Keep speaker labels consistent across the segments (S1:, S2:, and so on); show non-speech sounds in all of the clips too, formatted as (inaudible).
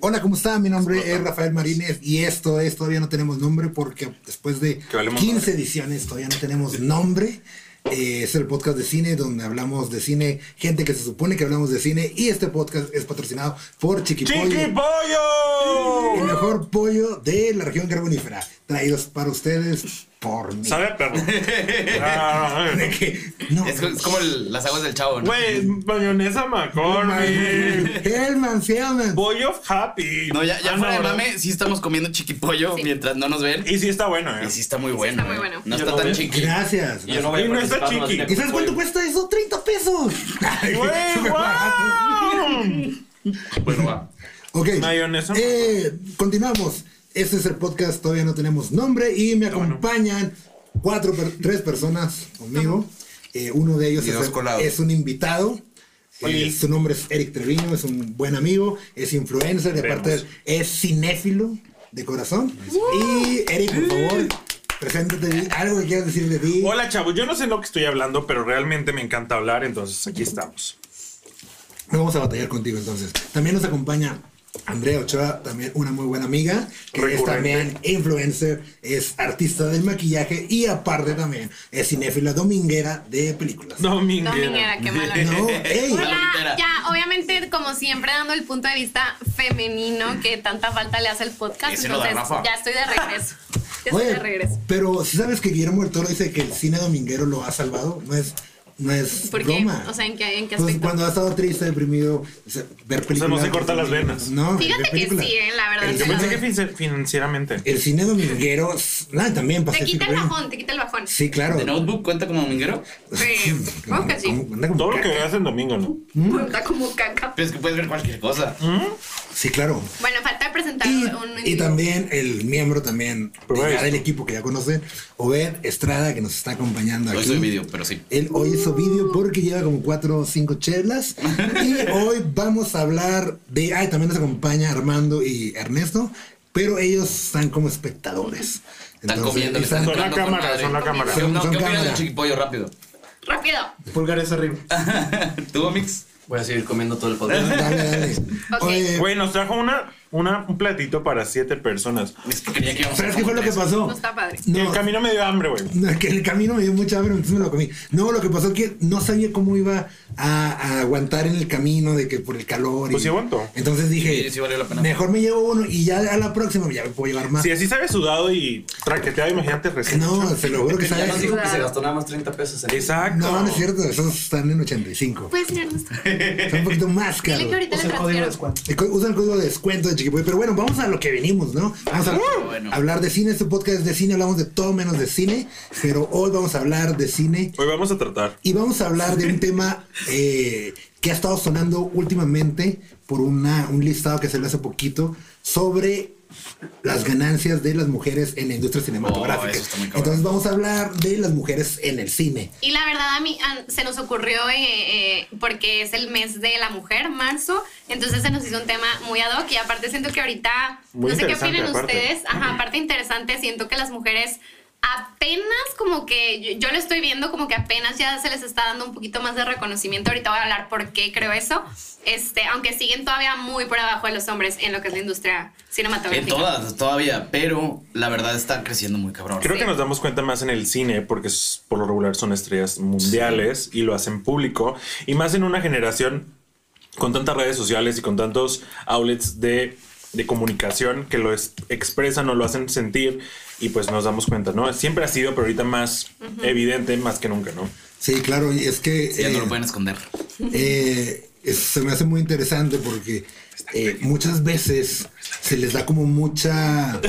S1: Hola, ¿cómo están? Mi nombre es Rafael Marínez y esto es Todavía no tenemos nombre porque después de
S2: Que valemos
S1: 15
S2: madre.
S1: ediciones todavía no tenemos nombre. Eh, es el podcast de cine donde hablamos de cine, gente que se supone que hablamos de cine y este podcast es patrocinado por Chiquipollo, el
S2: ¡Chiquipollo!
S1: mejor pollo de la región carbonífera, traídos para ustedes por mí.
S2: Sabe a perro. Ah,
S1: De que- no,
S3: Es, co- (laughs) es como el- las aguas del chavo, ¿no?
S2: Güey, mayonesa McCormick.
S1: Hellman, Hellman.
S2: Boy of Happy.
S3: (laughs) No, ya, ya
S2: Ah,
S3: fuera de
S2: no,
S3: mame, sí estamos comiendo chiquipollo
S4: Sí.
S3: mientras no nos ven.
S2: Y sí está bueno, eh.
S3: Y sí está muy
S4: Sí
S3: bueno.
S4: está muy
S3: ¿eh?
S4: bueno.
S3: No
S2: Yo
S3: está
S2: lo
S3: tan
S2: veo.
S3: chiqui.
S1: Gracias.
S5: Yo no voy a
S2: Y no está
S5: participar, nomás
S2: chiqui.
S5: te
S1: ¿Y sabes cuánto
S5: apoyo.
S1: cuesta eso? 30 pesos. (laughs) Ay,
S2: Güey,
S1: súper barato.
S2: wow.
S3: Bueno, va.
S1: Ok.
S2: Mayonesa.
S1: Eh, continuamos. Este es el podcast, todavía no tenemos nombre y me acompañan cuatro, per- tres personas conmigo. Eh, uno de ellos
S6: Y
S1: es,
S6: dos
S1: el-
S6: colados.
S1: es un invitado. Eh,
S2: Oye.
S1: su nombre es Eric Treviño, es un buen amigo, es influencer, de
S2: Vemos.
S1: parte es cinéfilo de corazón. Y Eric, por favor, preséntate, di algo que quieras decir de ti.
S2: Hola, chavos. Yo no sé lo que estoy hablando, pero realmente me encanta hablar, entonces aquí estamos.
S1: No vamos a batallar contigo entonces. También nos acompaña Andrea Ochoa, también una muy buena amiga, que es
S2: Recurrente.
S1: también influencer, es artista del maquillaje y aparte también es cinéfila dominguera de películas.
S2: Dominguera.
S4: Dominguera, qué malo.
S2: (laughs)
S1: No, ey.
S4: Hola,
S3: Dominguera.
S4: ya, obviamente, como siempre, dando el punto de vista femenino que tanta falta le hace el podcast.
S3: Ese no da,
S4: Entonces,
S3: Rafa.
S4: ya estoy de regreso. Ya estoy
S1: Oye,
S4: de regreso.
S1: pero si sabes que Guillermo del Toro dice que el cine dominguero lo ha salvado, no es no es
S4: ¿Por qué?
S1: broma.
S4: O sea, ¿en qué- en qué
S1: Pues
S4: aspecto?
S1: cuando ha estado triste, deprimido, o sea, ver películas.
S2: no se corta las venas.
S1: No.
S4: Fíjate
S1: ver
S4: que
S1: películas.
S4: sí, eh, la verdad,
S1: El
S2: Yo
S4: sí,
S1: cine-
S2: pensé que fin- financieramente.
S1: El cine dominguero, s- nada, también ¿eh?
S4: Te
S1: Pacific
S4: quita el
S1: Rim.
S4: bajón, te quita el bajón.
S1: Sí, claro. (laughs)
S3: ¿The Notebook cuenta como dominguero?
S4: Sí, creo que sí.
S1: Como- anda como
S2: Todo lo
S1: caca.
S2: que veas en domingo, ¿no?
S3: Mm.
S4: Está como caca.
S3: Pero es Pues que puedes ver cualquier cosa.
S1: Mm. Sí, claro.
S4: Bueno, falta presentar
S1: Y,
S4: un.
S1: y también el miembro también
S2: Pero
S1: ya
S2: esto.
S1: del equipo que ya conocen, Obed Estrada, que nos está acompañando
S3: No
S1: aquí.
S3: soy vídeo, pero sí.
S1: Él hoy hizo vídeo porque lleva como cuatro o cinco chelas. y hoy vamos a hablar de. Ay, también nos acompaña Armando y Ernesto, pero ellos están como espectadores.
S3: Están
S1: Entonces,
S3: comiendo. le
S1: están-
S3: están
S2: Son la
S3: dando con
S2: cámara,
S3: madre.
S2: son la cámara.
S3: ¿Qué,
S1: Son-
S3: no,
S1: son
S3: ¿qué opinas
S1: cámara.
S3: del chiquipollo rápido? (laughs)
S4: Rápido.
S5: Pulgares arriba.
S3: ¿Tú, Amix?
S5: Voy a seguir comiendo todo el
S1: (laughs)
S5: podcast.
S1: Dale, dale.
S4: (laughs) Ok.
S1: Oye,
S2: Güey, nos trajo una, una, un platito para siete personas.
S3: Es que creía que íbamos a
S1: ¿sabes qué fue lo que pasó?
S4: No está
S3: Oh.
S4: padre.
S2: Y el camino me dio hambre, güey.
S1: No, es (laughs) que en el camino me dio mucha hambre, entonces me lo comí. No, lo que pasó es que no sabía cómo iba a, a aguantar en el camino, de que por el calor. y-
S2: Pues sí aguantó.
S1: Entonces dije,
S3: Sí, sí valió la pena.
S1: mejor me llevo uno y ya a la próxima ya me puedo llevar más.
S2: Si así sabes sudado y traqueteado, imagínate recién.
S1: No, se lo juro que
S5: Ya
S1: sabe.
S5: nos dijo que se gastó nada más 30 pesos. en-
S2: Exacto.
S1: No, no es cierto, esos están en 85.
S4: Puedes ir, Ernesto.
S1: Son un poquito más
S4: Dile que
S1: caros.
S4: ahorita le transfiero.
S1: El co- Usa el código de descuento de Chiquipoy. Pero bueno, vamos a lo que venimos, ¿no? Vamos a
S3: bueno.
S1: hablar de cine. Este podcast es de cine, hablamos de todo menos de cine. Pero hoy vamos a hablar de cine
S2: Hoy vamos a tratar.
S1: Y vamos a hablar
S3: (laughs)
S1: de un tema eh, que ha estado sonando últimamente por una, un listado que salió hace poquito sobre las ganancias de las mujeres en la industria cinematográfica.
S3: Oh, eso está muy cabrón.
S1: Entonces vamos a hablar de las mujeres en el cine.
S4: Y la verdad a mí an- se nos ocurrió eh, eh, porque es el mes de la mujer, marzo, entonces se nos hizo un tema muy ad hoc y aparte siento que ahorita,
S2: Muy
S4: no sé qué
S2: interesante,
S4: opinan
S2: aparte.
S4: ustedes, ajá, aparte interesante, siento que las mujeres apenas como que, yo, yo lo estoy viendo como que apenas ya se les está dando un poquito más de reconocimiento, ahorita voy a hablar por qué creo eso, este, aunque siguen todavía muy por abajo de los hombres en lo que es la industria
S3: En
S4: cinematográfica.
S3: todas, todavía, pero la verdad está creciendo muy cabrón.
S2: Creo que nos damos cuenta más en el cine porque es- por lo regular son estrellas mundiales y lo hacen público y más en una generación con tantas redes sociales y con tantos outlets de, de comunicación que lo es- expresan o lo hacen sentir y pues nos damos cuenta, ¿no? Siempre ha sido, pero ahorita más evidente, más que nunca, ¿no?
S1: Sí, claro, y es que...
S3: Sí, ya no
S1: eh,
S3: lo pueden esconder.
S1: eh, es- se me hace muy interesante porque eh, muchas veces se les da como
S2: (laughs)
S1: mucha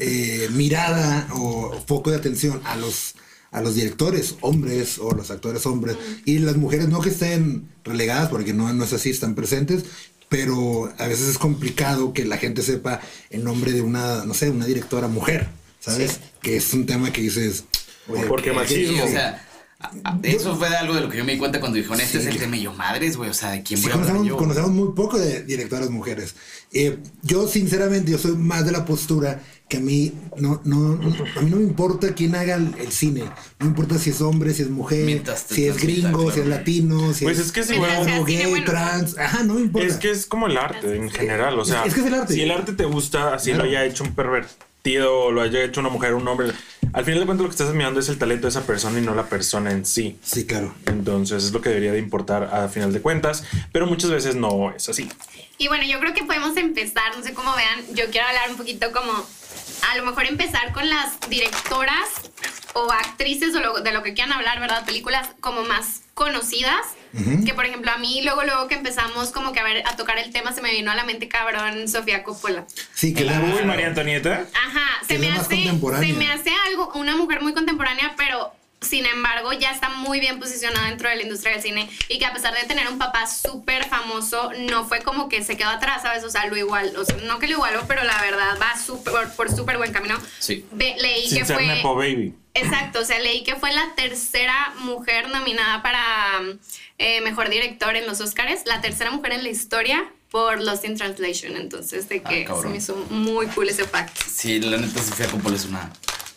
S1: eh, mirada o foco de atención a los a los directores hombres o los actores hombres y las mujeres no que estén relegadas porque no, no es así están presentes pero a veces es complicado que la gente sepa el nombre de una no sé una directora mujer sabes que es un tema que dices oye,
S2: Porque
S1: ¿qué-
S2: machismo.
S1: qué-
S3: Sí, o sea, a- a- eso fue de algo de lo que yo me di cuenta cuando dijeron, este es el tema y yo, madres, güey, o sea, ¿de quién
S1: Sí,
S3: voy a hablar
S1: conocemos,
S3: yo?
S1: conocemos muy poco de directoras mujeres. Eh, yo, sinceramente, yo soy más de la postura que a mí no, no, no- a mí no me importa quién haga el, el cine. No me importa si es hombre, si es mujer,
S3: Mientras te
S1: si es
S3: transmita,
S1: gringo,
S3: claro.
S1: si es latino, si
S2: Pues
S1: es,
S2: es que es
S4: Mientras
S2: igual.
S4: sea
S1: homo,
S4: cine,
S1: gay,
S4: bueno.
S1: trans. Ajá, no me importa.
S2: Es que es como el arte en general, o
S1: Es-
S2: sea,
S1: es que es el arte.
S2: si el arte te gusta, así lo
S1: Claro.
S2: haya hecho un pervertido o lo haya hecho una mujer, un hombre, al final de cuentas lo que estás mirando es el talento de esa persona y no la persona en sí.
S1: Sí, claro.
S2: Entonces es lo que debería de importar a final de cuentas, pero muchas veces no es así.
S4: Y bueno, yo creo que podemos empezar, no sé cómo vean, yo quiero hablar un poquito como, a lo mejor empezar con las directoras o actrices o lo- de lo que quieran hablar, ¿verdad? Películas como más conocidas, que por ejemplo a mí luego, luego que empezamos como que a ver, a tocar el tema, se me vino a la mente cabrón Sofía Coppola.
S1: Sí, que la
S2: Uy, María Antonieta.
S4: Ajá,
S1: Que
S4: se
S1: es
S4: me,
S1: la más
S4: hace,
S1: contemporánea.
S4: se me hace algo, una mujer muy contemporánea, pero sin embargo ya está muy bien posicionada dentro de la industria del cine y que a pesar de tener un papá súper famoso, no fue como que se quedó atrás, ¿sabes? O sea, lo igual, o sea, no que lo igualó, pero la verdad va súper por súper buen camino.
S3: Sí.
S4: Ve- leí
S2: Sin
S4: que
S2: ser
S4: fue...
S2: Nepo Baby.
S4: Exacto, o sea, leí que fue la tercera mujer nominada para mm, eh, mejor director en los Oscars, la tercera mujer en la historia por Lost in Translation, entonces de
S3: Ah,
S4: que se
S3: cabrón.
S4: me hizo muy cool ese fact.
S3: Sí, la neta Sofía Coppola es una.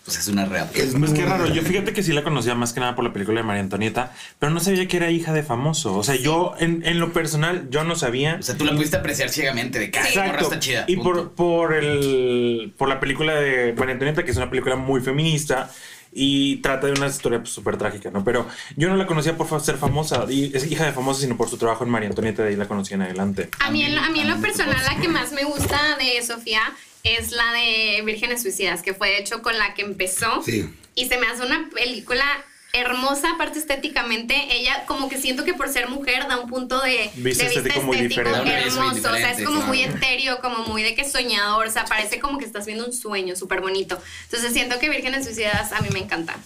S3: Pues es una real.
S1: Es
S2: Pues qué
S1: muy-
S2: raro, yo fíjate que sí la conocía más que nada por la película de María Antonieta, pero no sabía que era hija de famoso. O sea, yo en, en lo personal, yo no sabía.
S3: O sea, tú la pudiste apreciar ciegamente de que "Ay, morra está chida.
S2: Y
S3: punto.
S2: por, por el por la película de María Antonieta, que es una película muy feminista y trata de una historia pues, súper trágica, ¿no? Pero yo no la conocía por fa- ser famosa, y es hija de famosa, sino por su trabajo en María Antonieta, de ahí la conocí en adelante.
S4: A mí, en lo, a mí en lo
S3: A mí me tocó
S4: personal la
S3: eso.
S4: que más me gusta de Sofía es la de Vírgenes Suicidas, que fue de hecho con la que empezó.
S1: Sí.
S4: Y se me hace una película hermosa, aparte estéticamente. Ella como que siento que por ser mujer da un punto de, de vista estético,
S2: muy este diferente.
S3: Da un riesgo
S4: hermoso. O sea, es
S3: diferente,
S4: como muy
S3: claro.
S4: etéreo, como muy de que soñador. O sea, parece como que estás viendo un sueño súper bonito. Entonces siento que Vírgenes Suicidas a mí me encanta.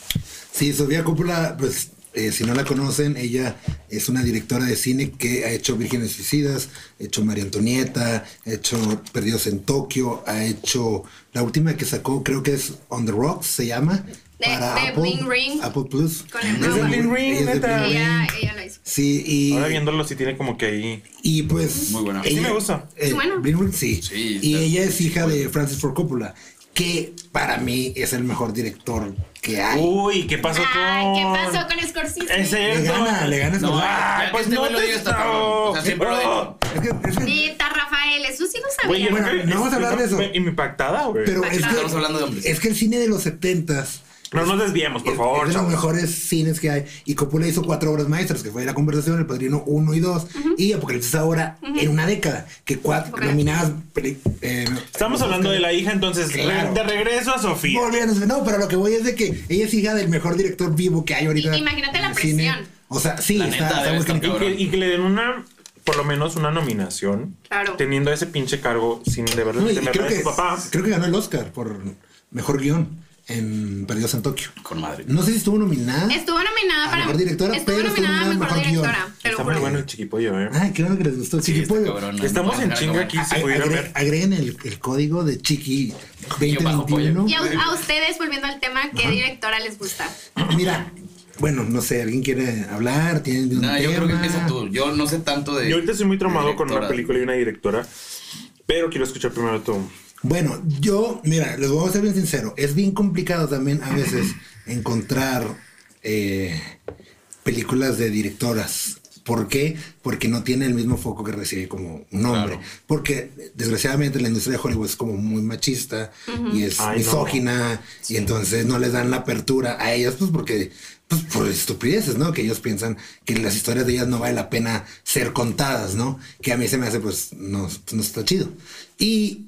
S1: Sí, Sofía Coppola, pues eh, si no la conocen, ella es una directora de cine que ha hecho Vírgenes Suicidas, ha hecho María Antonieta, ha hecho Perdidos en Tokio, ha hecho la última que sacó, creo que es On the Rocks, se llama.
S4: De- de Bling Ring.
S1: Apple Plus.
S4: Con el
S1: Ella
S4: nuevo.
S1: de
S2: Bling Ring,
S1: ella es de
S2: neta.
S1: Bling Ring.
S4: Ella, ella lo hizo.
S1: Sí, y,
S2: Ahora viéndolo sí tiene como que ahí...
S1: y pues.
S3: Muy buena.
S2: Sí me gusta.
S1: eh,
S4: Sí, bueno.
S1: Bling Ring, sí.
S3: Sí,
S1: y
S3: está-
S1: ella es hija de Francis Ford Coppola, que para mí es el mejor director que hay.
S3: Uh,
S2: Uy, ¿qué pasó con...?
S4: Ay, ¿qué pasó con Scorsese?
S2: Es
S1: le
S2: cierto.
S1: gana, le gana.
S3: No,
S1: Scorsese.
S2: Ah,
S3: ya que
S2: pues
S3: este
S2: no
S3: güey lo
S2: te
S3: diga está cabrón. O sea, siempre lo
S2: Oh.
S3: digo.
S1: Es que- es que-
S4: Neta, Rafael, eso sí lo sabía.
S2: Güey, yo
S1: Bueno,
S2: creo que-
S1: no vamos a hablar de eso.
S2: Y me impactada, güey.
S1: Pero es
S3: Estamos hablando de hombres.
S1: que, es que el cine de los 70s
S2: No nos desviemos, por
S1: es,
S2: favor.
S1: es de los
S2: chavos.
S1: mejores cines que hay. Y Coppola hizo cuatro obras maestras, que fue La Conversación, El Padrino 1 y 2, y Apocalipsis Ahora, en una década, que cuatro
S4: Apocalipsis.
S1: nominadas. peli- eh,
S2: Estamos hablando de la hija, entonces,
S1: Claro.
S2: de regreso a Sofía.
S1: Volviéndose- No, pero lo que voy es de que ella es hija del mejor director vivo que hay ahorita.
S4: I- imagínate
S1: en
S4: la
S1: el cine.
S4: presión.
S1: O sea, sí,
S3: La
S1: está,
S3: neta,
S1: está
S3: debe
S1: muy
S3: estar
S1: cabrón.
S2: Y que, y que le den una, por lo menos una nominación.
S4: Claro.
S2: Teniendo ese pinche cargo sin de verdad
S1: No, y
S2: de verdad
S1: creo,
S2: de
S1: que,
S2: su papá.
S1: creo que ganó el Oscar por mejor guión en Perdidos en Tokio.
S3: Con madre.
S1: No sé si estuvo nominada.
S4: Estuvo nominada
S1: A
S4: para
S1: mejor directora,
S4: Estuvo
S1: pero estuvo
S4: nominada a
S1: nominada a
S4: mejor,
S1: mejor guión.
S4: directora. te lo
S2: Está muy
S4: juro.
S2: bueno el chiquipollo, ¿eh?
S1: Ay, qué bueno que les gustó
S3: Sí, está
S1: Chiquipollo.
S3: cabrón, no,
S2: Estamos
S3: no,
S2: en
S3: no,
S2: chinga
S3: no,
S2: aquí,
S3: no,
S2: si
S1: Ag-
S2: pudieran
S1: agre-
S2: ver.
S1: Agreguen el, el código de Chiqui
S3: bajo pollo.
S1: 2021.
S4: Y a, a ustedes, volviendo al tema, ¿qué directora les gusta?
S1: Mira, bueno, no sé, ¿alguien quiere hablar? ¿Tienen un
S3: No, yo creo que
S1: tema?
S3: empieza tú. Yo no sé tanto de.
S2: Yo ahorita estoy muy traumado con una
S3: directoras.
S2: película y una directora. Pero quiero escuchar primero tú.
S1: Bueno, yo, mira, les voy a ser bien sincero. Es bien complicado también a
S3: (laughs)
S1: veces encontrar eh, películas de directoras. ¿Por qué? Porque no tiene el mismo foco que recibe como un hombre.
S3: Claro.
S1: Porque desgraciadamente la industria de Hollywood es como muy machista y es
S2: Ay, no.
S1: misógina y entonces no les dan la apertura a ellas, pues porque, pues por estupideces, ¿no? Que ellos piensan que las historias de ellas no vale la pena ser contadas, ¿no? Que a mí se me hace, pues no, no está chido. Y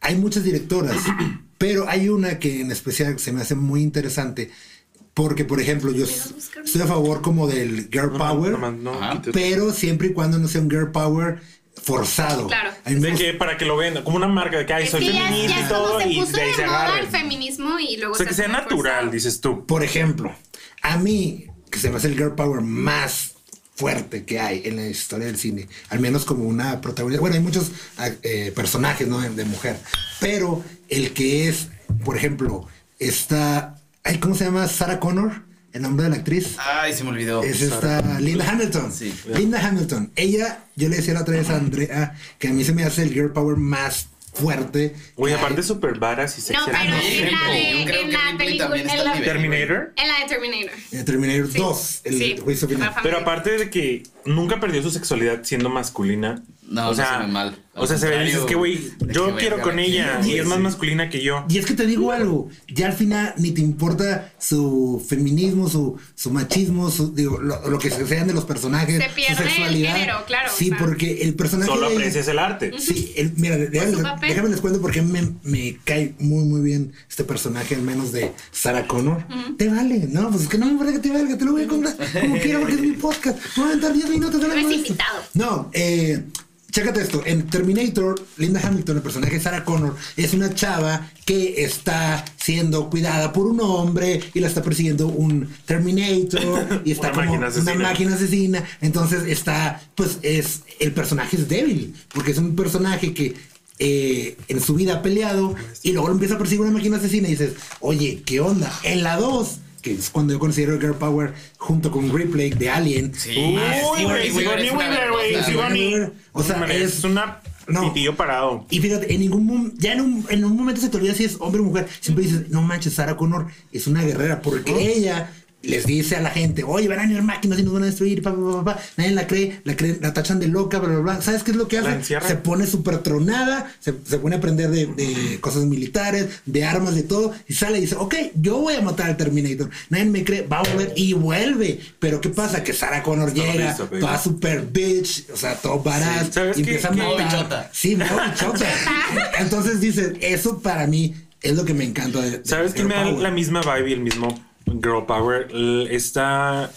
S1: hay muchas directoras, (clears throat) pero hay una que en especial se me hace muy interesante porque, por ejemplo, yo s- estoy a favor como del girl
S2: No,
S1: power,
S2: no, no, no,
S3: Ajá.
S2: quites.
S1: pero siempre y cuando no sea un girl power forzado.
S4: Claro.
S1: A mí me
S2: De
S1: gusta-
S2: que para que lo vean, como una marca de que ay,
S4: es
S2: soy
S4: que ya,
S2: feminista
S4: ya
S2: y
S4: es como
S2: todo.
S4: se
S2: Y
S4: puso
S2: de ahí
S4: de
S2: se
S4: moda el
S2: agarran.
S4: feminismo y luego
S2: O sea, que
S4: se
S2: sea
S4: hace muy
S2: natural,
S4: forzado.
S2: dices tú.
S1: Por ejemplo, a mí, que se me hace el girl power más fuerte que hay en la historia del cine, al menos como una protagonista. Bueno, hay muchos ah, eh, personajes ¿no? de, de mujer, pero el que es, por ejemplo, esta, ay, ¿cómo se llama? Sarah Connor, el nombre de la actriz.
S3: Ay, se me olvidó.
S1: Es esta Linda Hamilton.
S3: Sí,
S1: Linda Hamilton. Ella, yo le decía la otra vez a Andrea que a mí se me hace el girl power más fuerte.
S2: Güey,
S1: que hay.
S2: aparte es súper varas y
S4: No,
S2: sexy.
S4: pero
S2: ¿no?
S4: en la de,
S3: Yo creo
S4: en
S3: que
S4: la
S3: Ripley
S4: película,
S3: también
S4: en
S3: está
S4: la,
S3: al nivel.
S2: Terminator.
S4: en la de Terminator.
S1: Eh, Terminator
S4: Sí.
S1: 2, el
S4: Sí.
S1: juicio final.
S4: Rafa.
S2: Pero aparte de que nunca perdió su sexualidad siendo masculina.
S3: No, no se ve mal. Al
S2: O sea, se ve,
S3: contrario,
S2: dices que, güey,
S3: de que,
S2: yo
S3: güey,
S2: quiero
S3: acá
S2: con
S3: la
S2: ella
S3: quiero,
S2: y es
S3: güey,
S2: más
S3: sí.
S2: masculina que yo.
S1: Y es que te digo algo, ya al final ni te importa su feminismo, su, su machismo, su- digo, lo, lo que sean de los personajes,
S4: Se pierde
S1: su
S4: el
S1: sexualidad.
S4: género, claro,
S1: Sí,
S4: o sea.
S1: porque el personaje
S2: Solo
S1: de ella-
S2: aprecias el arte.
S1: Sí, el- mira, déjame,
S4: su papel.
S1: déjame les cuento porque me, me cae muy, muy bien este personaje, al menos de Sarah Connor. Te vale, no, pues es que no me importa que te valga, te lo voy a comprar como quiera porque es mi podcast. Voy a aventar 10 minutos de la
S4: Eres
S1: madre.
S4: invitado.
S1: No, eh. Chécate esto, en Terminator, Linda Hamilton, el personaje de Sarah Connor, es una chava que está siendo cuidada por un hombre y la está persiguiendo un Terminator y está
S2: Una
S1: como
S2: máquina asesina.
S1: una máquina asesina. Entonces está, pues es, el personaje es débil, porque es un personaje que eh, en su vida ha peleado y luego lo empieza a perseguir una máquina asesina y dices, oye, ¿qué onda? En la 2, que es cuando yo considero Girl Power junto con Replay de Alien.
S3: Sí.
S2: Uy, güey, Sigourney
S3: Sigourney Weaver es una
S2: Weaver, güey,
S3: vergüenza,
S2: Sigourney.
S1: güey. O sea,
S2: Hombre,
S1: es-
S2: es una
S1: no.
S2: pitillo parado.
S1: Y fíjate, en ningún mom- ya en un, en un momento se te olvida si es hombre o mujer. Siempre dices, no manches, Sarah Connor es una guerrera porque
S2: Oh.
S1: ella les dice a la gente, oye, van a venir máquinas y nos van a destruir, pa, pa, pa, pa. Nadie la cree, la creen, la tachan de loca, bla, bla, bla. ¿Sabes qué es lo que
S2: La
S1: hace?
S2: encierran.
S1: Se pone súper tronada, se, se pone a aprender de, de cosas militares, de armas, de todo, y sale y dice, ok, yo voy a matar al Terminator. Nadie me cree, va a volver y vuelve. Pero ¿qué pasa? Que Sarah Connor
S2: Está
S1: llega,
S2: lista, baby.
S1: toda super bitch, o sea, todo barato,
S2: Sí. ¿Sabes
S1: y
S2: qué?
S1: empieza a
S2: Qué
S1: matar.
S3: bichota.
S1: Sí, muy bichota.
S4: (laughs)
S1: Entonces dices, eso para mí es lo que me encanta de, de
S2: ¿Sabes quién me da
S1: Girl Power.
S2: la misma vibe y el mismo Girl Power? L- Está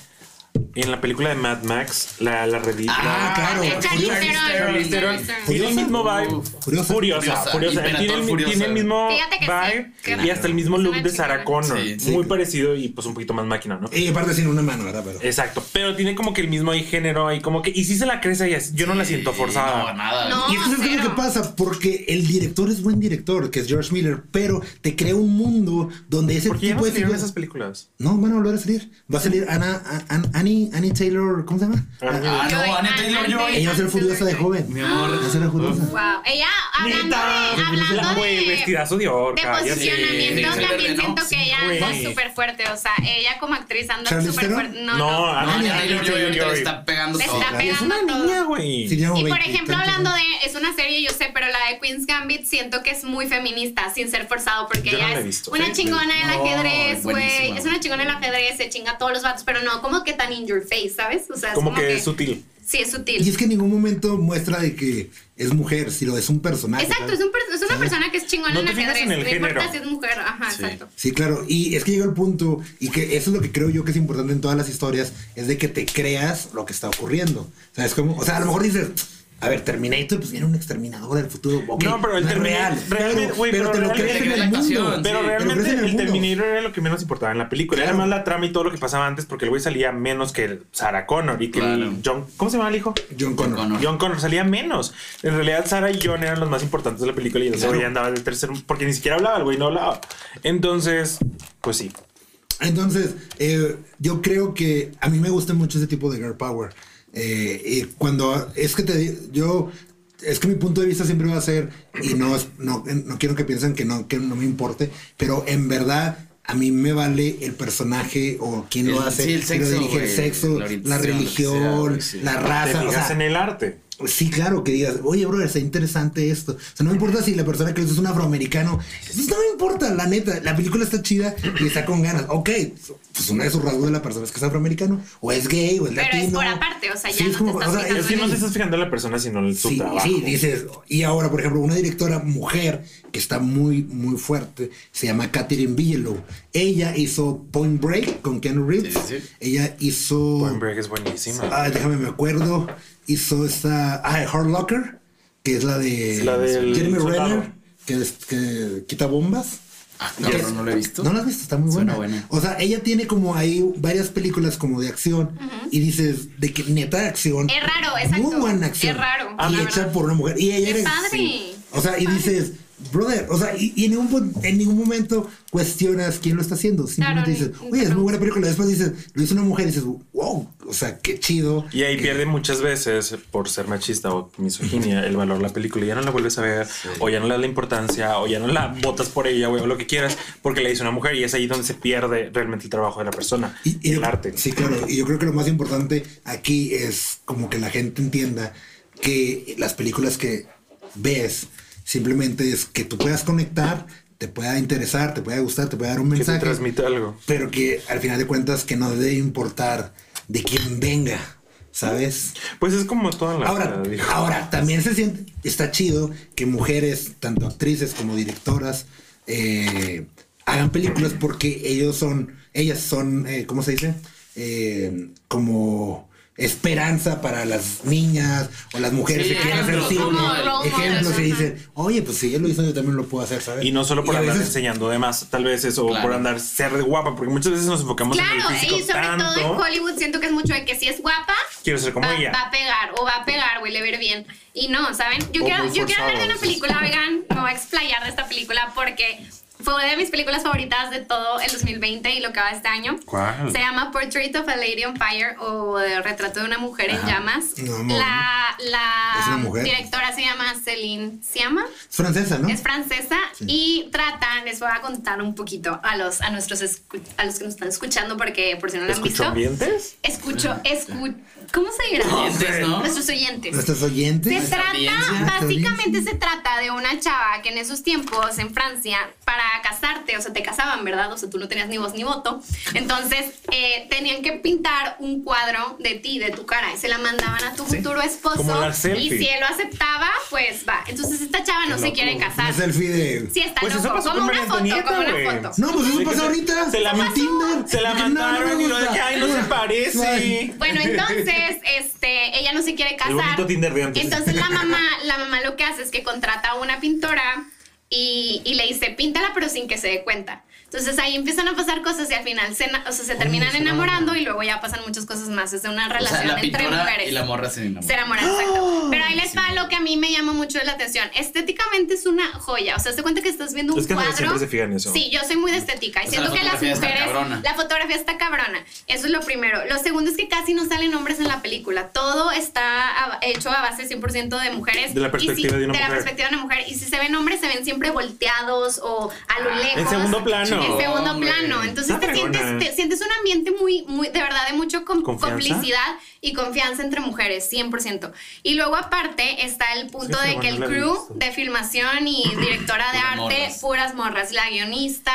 S2: en la película de Mad Max, la, la revista.
S1: Ah, claro.
S4: Ah, Charlize Theron,
S3: Charlize Theron.
S4: Charlize Theron.
S2: Tiene el
S1: ¿Furiosa?
S2: mismo vibe.
S1: Furiosa.
S2: Furiosa,
S3: Furiosa,
S2: furiosa.
S3: Imperator
S2: Tiene, el,
S3: Furiosa.
S2: tiene el mismo
S4: Fíjate que
S2: vibe
S4: sí,
S2: y
S4: claro.
S2: hasta el mismo
S4: Es
S2: look
S4: una
S2: de Sarah
S4: chingona.
S2: Connor.
S3: Sí,
S1: sí.
S2: Muy parecido y pues un poquito más máquina, ¿no?
S1: Y aparte sin una mano, ¿verdad? Pero,
S2: Exacto. Pero tiene como que el mismo ahí género ahí como que. Y sí se la crece y así- yo no la siento forzada.
S3: No, nada.
S4: No.
S1: y entonces ¿qué es lo
S4: cero.
S1: que pasa? Porque el director es buen director, que es George Miller, pero te crea un mundo donde ese
S2: ¿Por qué ya no
S1: tipo de
S2: salieron
S1: figuras-
S2: esas películas?
S1: No, van a volver a salir. Va a salir Ana, a- An- Annie, Annie Taylor, ¿cómo se llama?
S2: Annie.
S1: Ah,
S3: Ah,
S4: Joy,
S3: no, Anne
S4: Anne
S3: Taylor
S4: Taylor.
S3: Joy.
S1: Ella va a ser furiosa de joven.
S3: Mi amor.
S1: Va a ser la furiosa.
S4: Wow. Ella, hablando de.
S2: Pues, La-
S4: Hablando
S2: güey,
S4: de
S2: vestidazo de orca.
S4: de
S2: ya sé.
S4: posicionamiento
S3: Sí,
S4: también
S3: verde, ¿no?
S4: siento
S3: Sí,
S4: que ella
S2: güey.
S4: anda súper fuerte. O sea, ella como actriz anda
S1: ¿Charlize
S4: súper
S1: Theron?
S4: fuerte. No,
S2: No, ah,
S4: no.
S2: Anne
S3: No, Anne Taylor Joy ahorita
S2: Joy.
S3: le está pegando
S4: Le
S3: todo.
S4: está
S1: Es
S4: pegando
S2: Niña,
S4: todo.
S2: güey.
S1: Sí, tiene como
S4: Y por
S1: 20
S4: ejemplo,
S1: tantos.
S4: hablando de. Es una serie, yo sé, pero la de Queen's Gambit siento que es muy feminista, sin ser forzado, porque
S2: Yo no
S4: ella
S2: la he
S4: es
S2: visto.
S4: una
S2: Sí,
S4: chingona del
S3: no,
S4: ajedrez, güey.
S3: buenísima.
S4: Es una chingona del ajedrez, se chinga a todos los vatos, pero no como que tan in your face, ¿sabes? O sea, es
S2: Como que es sutil.
S4: Sí, es
S1: Y
S4: sutil.
S1: es que en ningún momento muestra de que es mujer, sino es un personaje.
S4: Exacto,
S1: ¿sabes?
S4: es, un per- es una persona que es chingona
S2: No
S4: en
S2: te fijas
S4: ajedrez.
S2: en el
S4: no importa
S2: género.
S4: si es mujer, ajá,
S3: Sí.
S4: exacto.
S1: Sí, claro. Y es que llega el punto, y que eso es lo que creo yo que es importante en todas las historias, es de que te creas lo que está ocurriendo. O sea, es como, o sea, a lo mejor dices, a ver, Terminator, pues era un exterminador del futuro. ok,
S2: No, pero el
S1: es
S2: Terminator-
S1: real.
S2: realmente,
S1: pero,
S2: güey,
S1: pero
S2: pero
S1: te lo
S2: realmente
S1: crees
S3: te
S1: en
S3: crees
S1: el
S3: la
S1: mundo.
S3: actuación,
S2: Pero
S3: Sí,
S1: te lo
S2: realmente
S1: crees en
S2: el,
S1: mundo.
S2: Terminator era lo que menos importaba en la película.
S1: Claro.
S2: Era más la trama y todo lo que pasaba antes porque el güey salía menos que el Sarah Connor y que
S3: Claro.
S2: el John... ¿Cómo se llama el hijo?
S1: John Connor.
S3: Connor.
S2: John Connor salía menos. En realidad Sarah y John eran los más importantes de la película y el güey andaba del tercer... Porque ni siquiera hablaba, el güey no hablaba. Entonces, pues sí.
S1: Entonces, eh, yo creo que a mí me gusta mucho ese tipo de girl power. Eh, y cuando es que te di- yo es que mi punto de vista siempre va a ser y no es- no, no quiero que piensen que no que no me importe, pero en verdad a mí me vale el personaje o quién lo
S3: El-
S1: hace,
S3: sí, el
S1: quién lo
S3: sexo,
S1: dirige, el
S3: güey,
S1: sexo,
S3: la
S1: la,
S3: orientación, lo que sea,
S1: religión,
S3: güey, sí.
S1: la
S2: Te
S1: raza, o
S2: fijas
S1: sea,
S2: en el arte.
S1: Sí, claro, que digas, oye, brother, está interesante esto. O sea, no me importa si la persona que lo hizo es un afroamericano. Pues no me importa, la neta. La película está chida y está con ganas. Ok, pues uno de sus rasgos de la persona es que es afroamericano, o es gay, o es
S4: Pero es
S1: latino.
S4: por aparte, o sea, ya
S1: Sí,
S4: no
S1: es
S4: te
S1: como-
S4: estás
S1: o sea,
S4: fijando
S2: Es que no
S4: sí.
S2: te estás fijando en la persona, sino en su
S1: Sí,
S2: trabajo.
S1: sí, dices. Y ahora, por ejemplo, una directora mujer que está muy, muy fuerte, se llama Catherine Bigelow. Ella hizo Point Break con Ken Reeves.
S3: Sí, sí.
S1: Ella hizo.
S2: Point Break es buenísima.
S1: Ah, déjame me acuerdo. Hizo esta. Ah, Hard Locker, que es la de.
S2: Es la del
S1: Jeremy
S2: soldado.
S1: Renner, que, es- que quita bombas.
S3: Ah, cabrón, no lo he visto.
S1: No la has visto, está muy
S3: Suena
S1: buena.
S3: buena.
S1: O sea, ella tiene como ahí varias películas como de acción y dices de que neta de acción.
S4: Es raro, exacto.
S1: Muy buena acción.
S4: Es raro,
S1: Y
S4: la
S1: hecha
S4: verdad.
S1: por una mujer. Y ella
S4: Qué
S1: era-
S4: padre.
S1: sí. O sea,
S4: Qué
S1: y
S4: padre.
S1: dices, brother, o sea, y, y en, ningún, pon- en ningún momento cuestionas quién lo está haciendo. Simplemente
S4: Claro,
S1: dices,
S4: ni- ni
S1: oye,
S4: te
S1: es muy buena película. Después dices, lo hizo una mujer y dices, wow, o sea, qué chido.
S2: Y ahí pierde muchas veces, por ser machista o misoginia, el valor de la película. Ya no la vuelves a ver, o ya no le das la importancia, o ya no la botas por ella, güey, o lo que quieras, porque la hizo una mujer y es ahí donde se pierde realmente el trabajo de la persona y, el
S1: yo-
S2: arte.
S1: Sí, claro. Y yo creo que lo más importante aquí es como que la gente entienda que las películas que ves simplemente es que tú puedas conectar, te pueda interesar, te pueda gustar, te pueda dar un
S2: Que te
S1: mensaje,
S2: transmite algo.
S1: pero que al final de cuentas que no debe importar de quién venga, ¿sabes?
S2: Pues es como toda la.
S1: Ahora,
S2: la- (laughs) dijo.
S1: ahora también se siente, está chido que mujeres, tanto actrices como directoras, eh, hagan películas porque ellos son, ellas son, eh, ¿cómo se dice? Eh, como esperanza para las niñas o las mujeres
S3: Sí,
S1: que quieren hacer
S3: ejemplos,
S1: cine.
S4: como role models,
S1: Ejemplos y
S4: ajá.
S1: dicen, oye, pues si ella lo hizo, yo también lo puedo hacer, ¿sabes?
S2: Y no solo por
S1: a
S2: andar
S1: veces-
S2: enseñando de más, tal vez, eso, o
S3: Claro.
S2: por andar ser guapa, porque muchas veces nos enfocamos en el
S4: Claro,
S2: físico
S4: y sobre
S2: tanto.
S4: todo en Hollywood siento que es mucho de que si es guapa,
S2: Quiero ser como
S4: va,
S2: ella.
S4: va a pegar o va a pegar, güey, le ver bien. Y no, ¿saben? Yo,
S2: O
S4: quiero,
S2: muy
S4: yo quiero hablar de
S2: forzado,
S4: una película, oigan, me voy a explayar de esta película porque fue una de mis películas favoritas de todo el 2020 y lo que va este año.
S2: ¿Cuál?
S4: Se llama Portrait of a Lady on Fire o eh, Retrato de una mujer en llamas.
S1: No, amor.
S4: la la
S1: Es una mujer.
S4: directora se llama Celine Siama.
S1: Es francesa, ¿no?
S4: Es francesa y tratan, les voy a contar un poquito a los a nuestros escu- a los que nos están escuchando porque por si no lo han
S2: ¿Escucho
S4: visto.
S2: ambientes?
S4: Escucho, escu ¿cómo se dirá?
S3: Oyentes, ¿no?
S4: Nuestros oyentes.
S1: Nuestros oyentes.
S4: Se trata,
S3: audiencia.
S4: básicamente se trata de una chava que en esos tiempos en Francia, para casarte, o sea, te casaban, ¿verdad? O sea, tú no tenías ni voz ni voto. Entonces, eh, tenían que pintar un cuadro de ti, de tu cara, y se la mandaban a tu futuro
S2: Como
S4: esposo.
S2: la selfie.
S4: Y si él lo aceptaba, pues va. Entonces, esta chava no
S2: Qué
S4: se
S2: loco.
S4: quiere
S1: Una
S4: casar.
S1: selfie de.
S4: Sí, está
S2: Pues eso
S4: loco.
S2: pasó
S4: Como
S2: con
S4: una
S2: María
S4: foto,
S2: Antonieta,
S4: como una
S2: güey.
S4: foto.
S1: No, pues eso
S2: Sí, que
S1: pasó
S2: se-
S1: ahorita.
S2: se la
S1: en
S2: mandó-
S1: Tinder.
S2: se la
S1: No, no
S2: mandaron
S1: me
S2: y lo de que,
S1: gusta. (laughs)
S2: "Ay, no se parece". (laughs)
S1: Ay.
S4: Bueno, entonces, este, ella no se quiere
S2: El
S4: casar.
S2: bonito Tinder de antes. (laughs)
S4: Entonces la mamá, la mamá lo que hace es que contrata a una pintora y, y le dice, píntala pero sin que se dé cuenta. Entonces ahí empiezan a pasar cosas y al final se, na- o sea, se terminan enamorando y luego ya pasan muchas cosas más. Es de una
S3: O
S4: relación
S3: sea, la
S4: entre
S3: pintora
S4: mujeres.
S3: y la morra se enamoran.
S4: Se enamoran,
S3: ¡Ah!
S4: exacto. Pero ahí les va lo que a mí me llama mucho la atención. Estéticamente es una joya. O sea, se cuenta que estás viendo un
S2: Es que
S4: cuadro.
S2: siempre se fijan en eso.
S4: Sí, yo soy muy de estética. Y
S3: O sea,
S4: siento
S3: la
S4: que las
S3: fotografía está
S4: mujeres.
S3: cabrona.
S4: La fotografía está cabrona. Eso es lo primero. Lo segundo es que casi no salen hombres en la película. Todo está a- hecho a base 100% de mujeres.
S2: De la
S4: Y
S2: perspectiva
S4: si-
S2: de una
S4: la
S2: mujer.
S4: perspectiva de una mujer. Y si se ven hombres, se ven siempre volteados o a
S3: Ah,
S4: lo lejos.
S2: segundo plano.
S4: En segundo
S3: Hombre.
S4: plano. Entonces
S2: Está
S4: te
S2: fregona.
S4: sientes, te sientes un ambiente muy, muy, de verdad, de mucho com-
S2: ¿Confianza?
S4: complicidad y confianza entre mujeres, 100%. Y luego aparte está el punto
S2: Sí,
S4: de que
S2: pero
S4: el
S2: no la he
S4: crew
S2: visto.
S4: de filmación y directora de
S3: Puras
S4: arte,
S3: morras.
S4: puras morras, la guionista,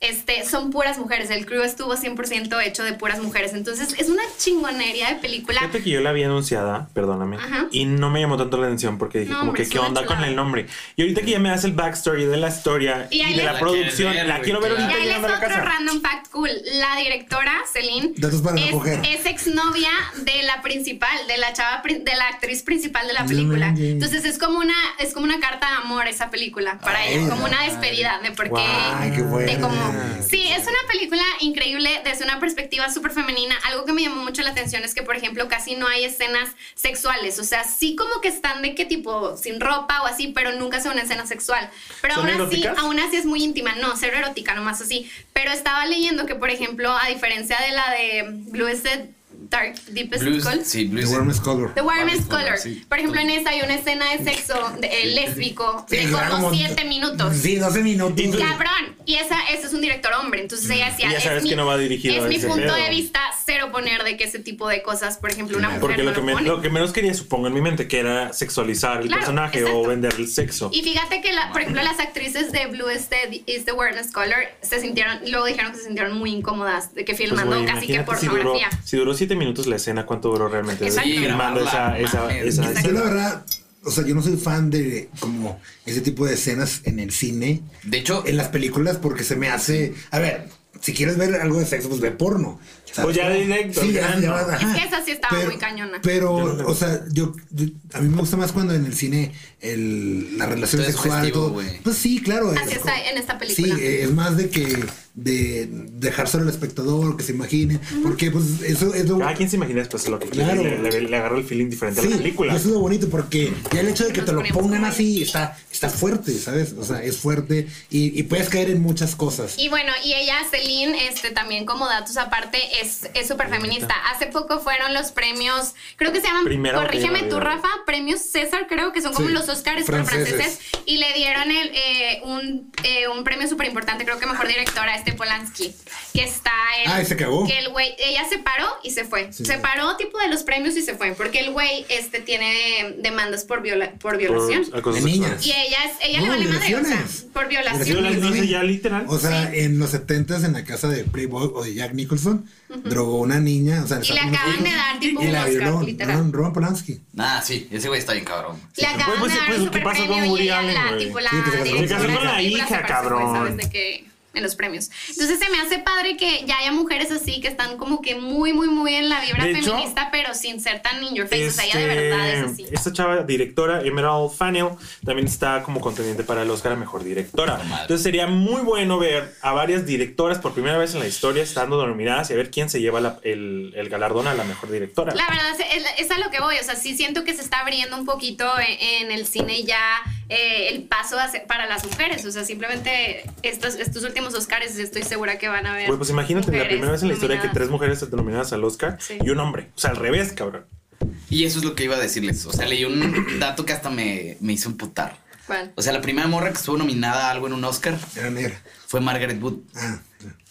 S4: este, son puras mujeres. El crew estuvo 100% hecho de puras mujeres. Entonces es una chingonería de película.
S2: Fíjate que yo la había anunciada, perdóname,
S4: Ajá.
S2: y no me llamó tanto la atención porque dije,
S4: No,
S2: como
S4: hombre,
S2: que,
S4: es
S2: ¿qué
S4: una
S2: onda con
S4: chulada.
S2: el nombre? Y ahorita que ya me das el backstory de la historia y,
S4: Y ahí
S2: de
S4: les-
S2: la,
S3: La
S2: producción,
S3: quieres ver,
S2: la
S3: güey,
S2: quiero ver
S3: claro.
S4: Y
S2: ahorita
S4: ahí les
S2: llegando a la
S4: otro
S2: casa.
S4: random fact cool. La directora, Celine,
S1: Datos para la
S4: es,
S1: mujer.
S4: es exnovia de la principal, de la chava, pri- de la actriz principal de la
S2: Mm.
S1: No
S4: película.
S1: manches.
S4: Entonces es como una, es como una carta de amor esa película para
S1: Ay,
S4: ella,
S1: la
S4: como una despedida de por qué.
S1: Ay, qué
S4: de
S1: bueno.
S4: cómo- sí, es una película increíble desde una perspectiva súper femenina. Algo que me llamó mucho la atención es que, por ejemplo, casi no hay escenas sexuales. O sea, sí como que están de qué tipo, sin ropa o así, pero nunca se una escena sexual. Pero
S2: ¿Son
S4: aún así,
S2: eróticas?
S4: aún así es muy íntima. No, cero erótica, nomás así. Pero estaba leyendo que, por ejemplo, a diferencia de la de Blue is the Dark Deepest Call-
S3: Blues, sí,
S1: The
S3: Blues.
S1: warmest color.
S4: The Warmest
S3: Warmest Color,
S4: Color.
S3: sí.
S4: Por ejemplo, en esa hay una escena de sexo de- eh, lésbico
S1: Sí,
S4: de
S1: dura
S4: como
S1: como-
S4: 7 minutos.
S1: Sí, 12 minutos.
S2: Y tú-
S4: Cabrón. Y esa, ese es un director hombre. Entonces ella decía.
S2: Y ya sabes
S4: es mi,
S2: que no va dirigido
S4: Es
S2: a
S4: mi
S2: ese
S4: punto
S2: pedo.
S4: de vista, cero poner de que ese tipo de cosas, por ejemplo, una mujer.
S2: Porque
S4: no
S2: lo que,
S4: lo
S2: me-
S4: pone.
S2: lo que menos quería, supongo, en mi mente, que era sexualizar el
S4: Claro,
S2: personaje o
S4: exacto.
S2: vender el sexo.
S4: Y fíjate que, la- por ejemplo, las actrices de Blue is the, is the Warmest Color se sintieron, luego dijeron que se sintieron muy incómodas, de que
S2: Pues,
S4: filmando
S2: güey,
S4: casi que
S2: imagínate si duró,
S4: pornografía.
S2: si duró siete minutos la escena, ¿cuánto duró realmente?
S4: Exacto.
S2: Desde que Filmando esa,
S3: Grabarla,
S2: esa,
S3: mames.
S2: esa-
S1: Yo la verdad, o sea, yo no soy fan de como ese tipo de escenas en el cine,
S3: De hecho,
S1: en las películas, porque se me hace. A ver, si quieres ver algo de sexo, pues ve porno. ¿sabes?
S2: Pues ya directo,
S1: Sí,
S2: ya,
S1: ya, ya
S2: ¿no?
S1: vas, ajá.
S4: Es que esa sí estaba muy cañona.
S1: Pero,
S2: Yo no la
S1: o sea, yo, yo- a mí me gusta más cuando en el cine el, la relación
S3: Todo es
S1: sexual y
S3: festivo,
S1: todo.
S3: güey.
S1: Pues sí, claro.
S4: Así
S1: es
S4: está
S1: como-
S4: en esta película.
S1: Sí, eh, es más de que de dejar solo al espectador, que se imagine, porque pues eso es lo...
S2: Cada quien se imagina después lo que
S1: Claro.
S2: quiere. Le, le- le agarra el feeling diferente
S1: Sí,
S2: a la película.
S1: y eso es lo bonito porque ya el hecho de que
S4: Nos
S1: te lo
S4: ponemos
S1: pongan
S4: muy-
S1: así está, está fuerte, ¿sabes? O sea, es fuerte y, y puedes caer en muchas cosas.
S4: Y bueno, y ella, Celine, este, también como datos aparte, es es súper feminista. Hace poco fueron los premios, creo que se llaman,
S2: Primera
S4: corrígeme
S2: botella de
S4: tú,
S2: oro.
S4: Rafa, premios César, creo que son como
S1: Sí,
S4: los Oscars pero
S1: franceses.
S4: franceses. Y le dieron el, eh, un, eh, un premio súper importante, creo que mejor directora, a este Polanski, que está en...
S1: Ah, se cagó.
S4: Que el güey, ella se paró y se fue.
S1: Sí,
S4: se
S1: sí.
S4: paró tipo de los premios y se fue, porque el güey este, tiene demandas por, viola- por
S2: Por
S4: violación.
S2: acoso
S1: De
S2: sexual.
S1: niñas.
S4: y ella, es- ella le
S1: No,
S4: vale madre, o sea,
S1: violaciones.
S4: por
S2: Yo
S4: violación.
S2: las no sé ya literal.
S1: O sea, en los 70 en la casa de Playboy o de Jack Nicholson, drogó a una niña, o sea,
S4: Y le
S1: sacó unos
S4: acaban de
S1: ojos
S4: dar tipo
S1: y
S4: un
S1: la
S4: Oscar,
S1: violó,
S4: literal.
S1: Ron- Roman Polanski.
S3: Nah, ah, sí, ese güey está bien cabrón.
S4: Le acaban
S2: Pues,
S4: de dar
S2: pues,
S4: un
S2: ¿qué
S4: super
S2: pasó con
S4: premio
S2: Woody
S4: y ella,
S2: Allen,
S4: la,
S2: güey?
S4: tipo, la
S1: Sí, que se casó con-
S4: directora
S2: se casó con la
S4: de película
S2: hija,
S4: se parece,
S2: cabrón.
S4: pues, ¿sabes? De que en los premios. Entonces se me hace padre que ya haya mujeres así que están como que muy, muy, muy en la vibra
S2: De hecho,
S4: feminista, pero sin ser tan in your face. Pues, o sea, ella de
S2: Este,
S4: verdad es así.
S2: Esta chava directora, Emerald Fennell, también está como contendiente para el Oscar a Mejor Directora.
S3: madre.
S2: Entonces sería muy bueno ver a varias directoras por primera vez en la historia estando nominadas y a ver quién se lleva la- el, el galardón a la Mejor Directora.
S4: La verdad es, es- es a lo que voy, o sea, sí siento que se está abriendo un poquito e, en, en el cine ya eh, el paso hacia- para las mujeres, o sea, simplemente estos, estos últimos Oscars estoy segura que van a ver.
S2: Güey, pues imagínate la
S4: mujeres
S2: primera vez en la historia que
S4: nominadas.
S2: tres mujeres se nominadas al Oscar
S4: Sí.
S2: y un hombre. O sea, al revés, cabrón.
S3: Y eso es lo que iba a decirles. O sea, leí un dato que hasta me, me hizo emputar.
S4: ¿Cuál?
S3: O sea, la primera morra que estuvo nominada a algo en un Oscar
S1: Era negra.
S3: fue Margaret Wood.
S1: Ah,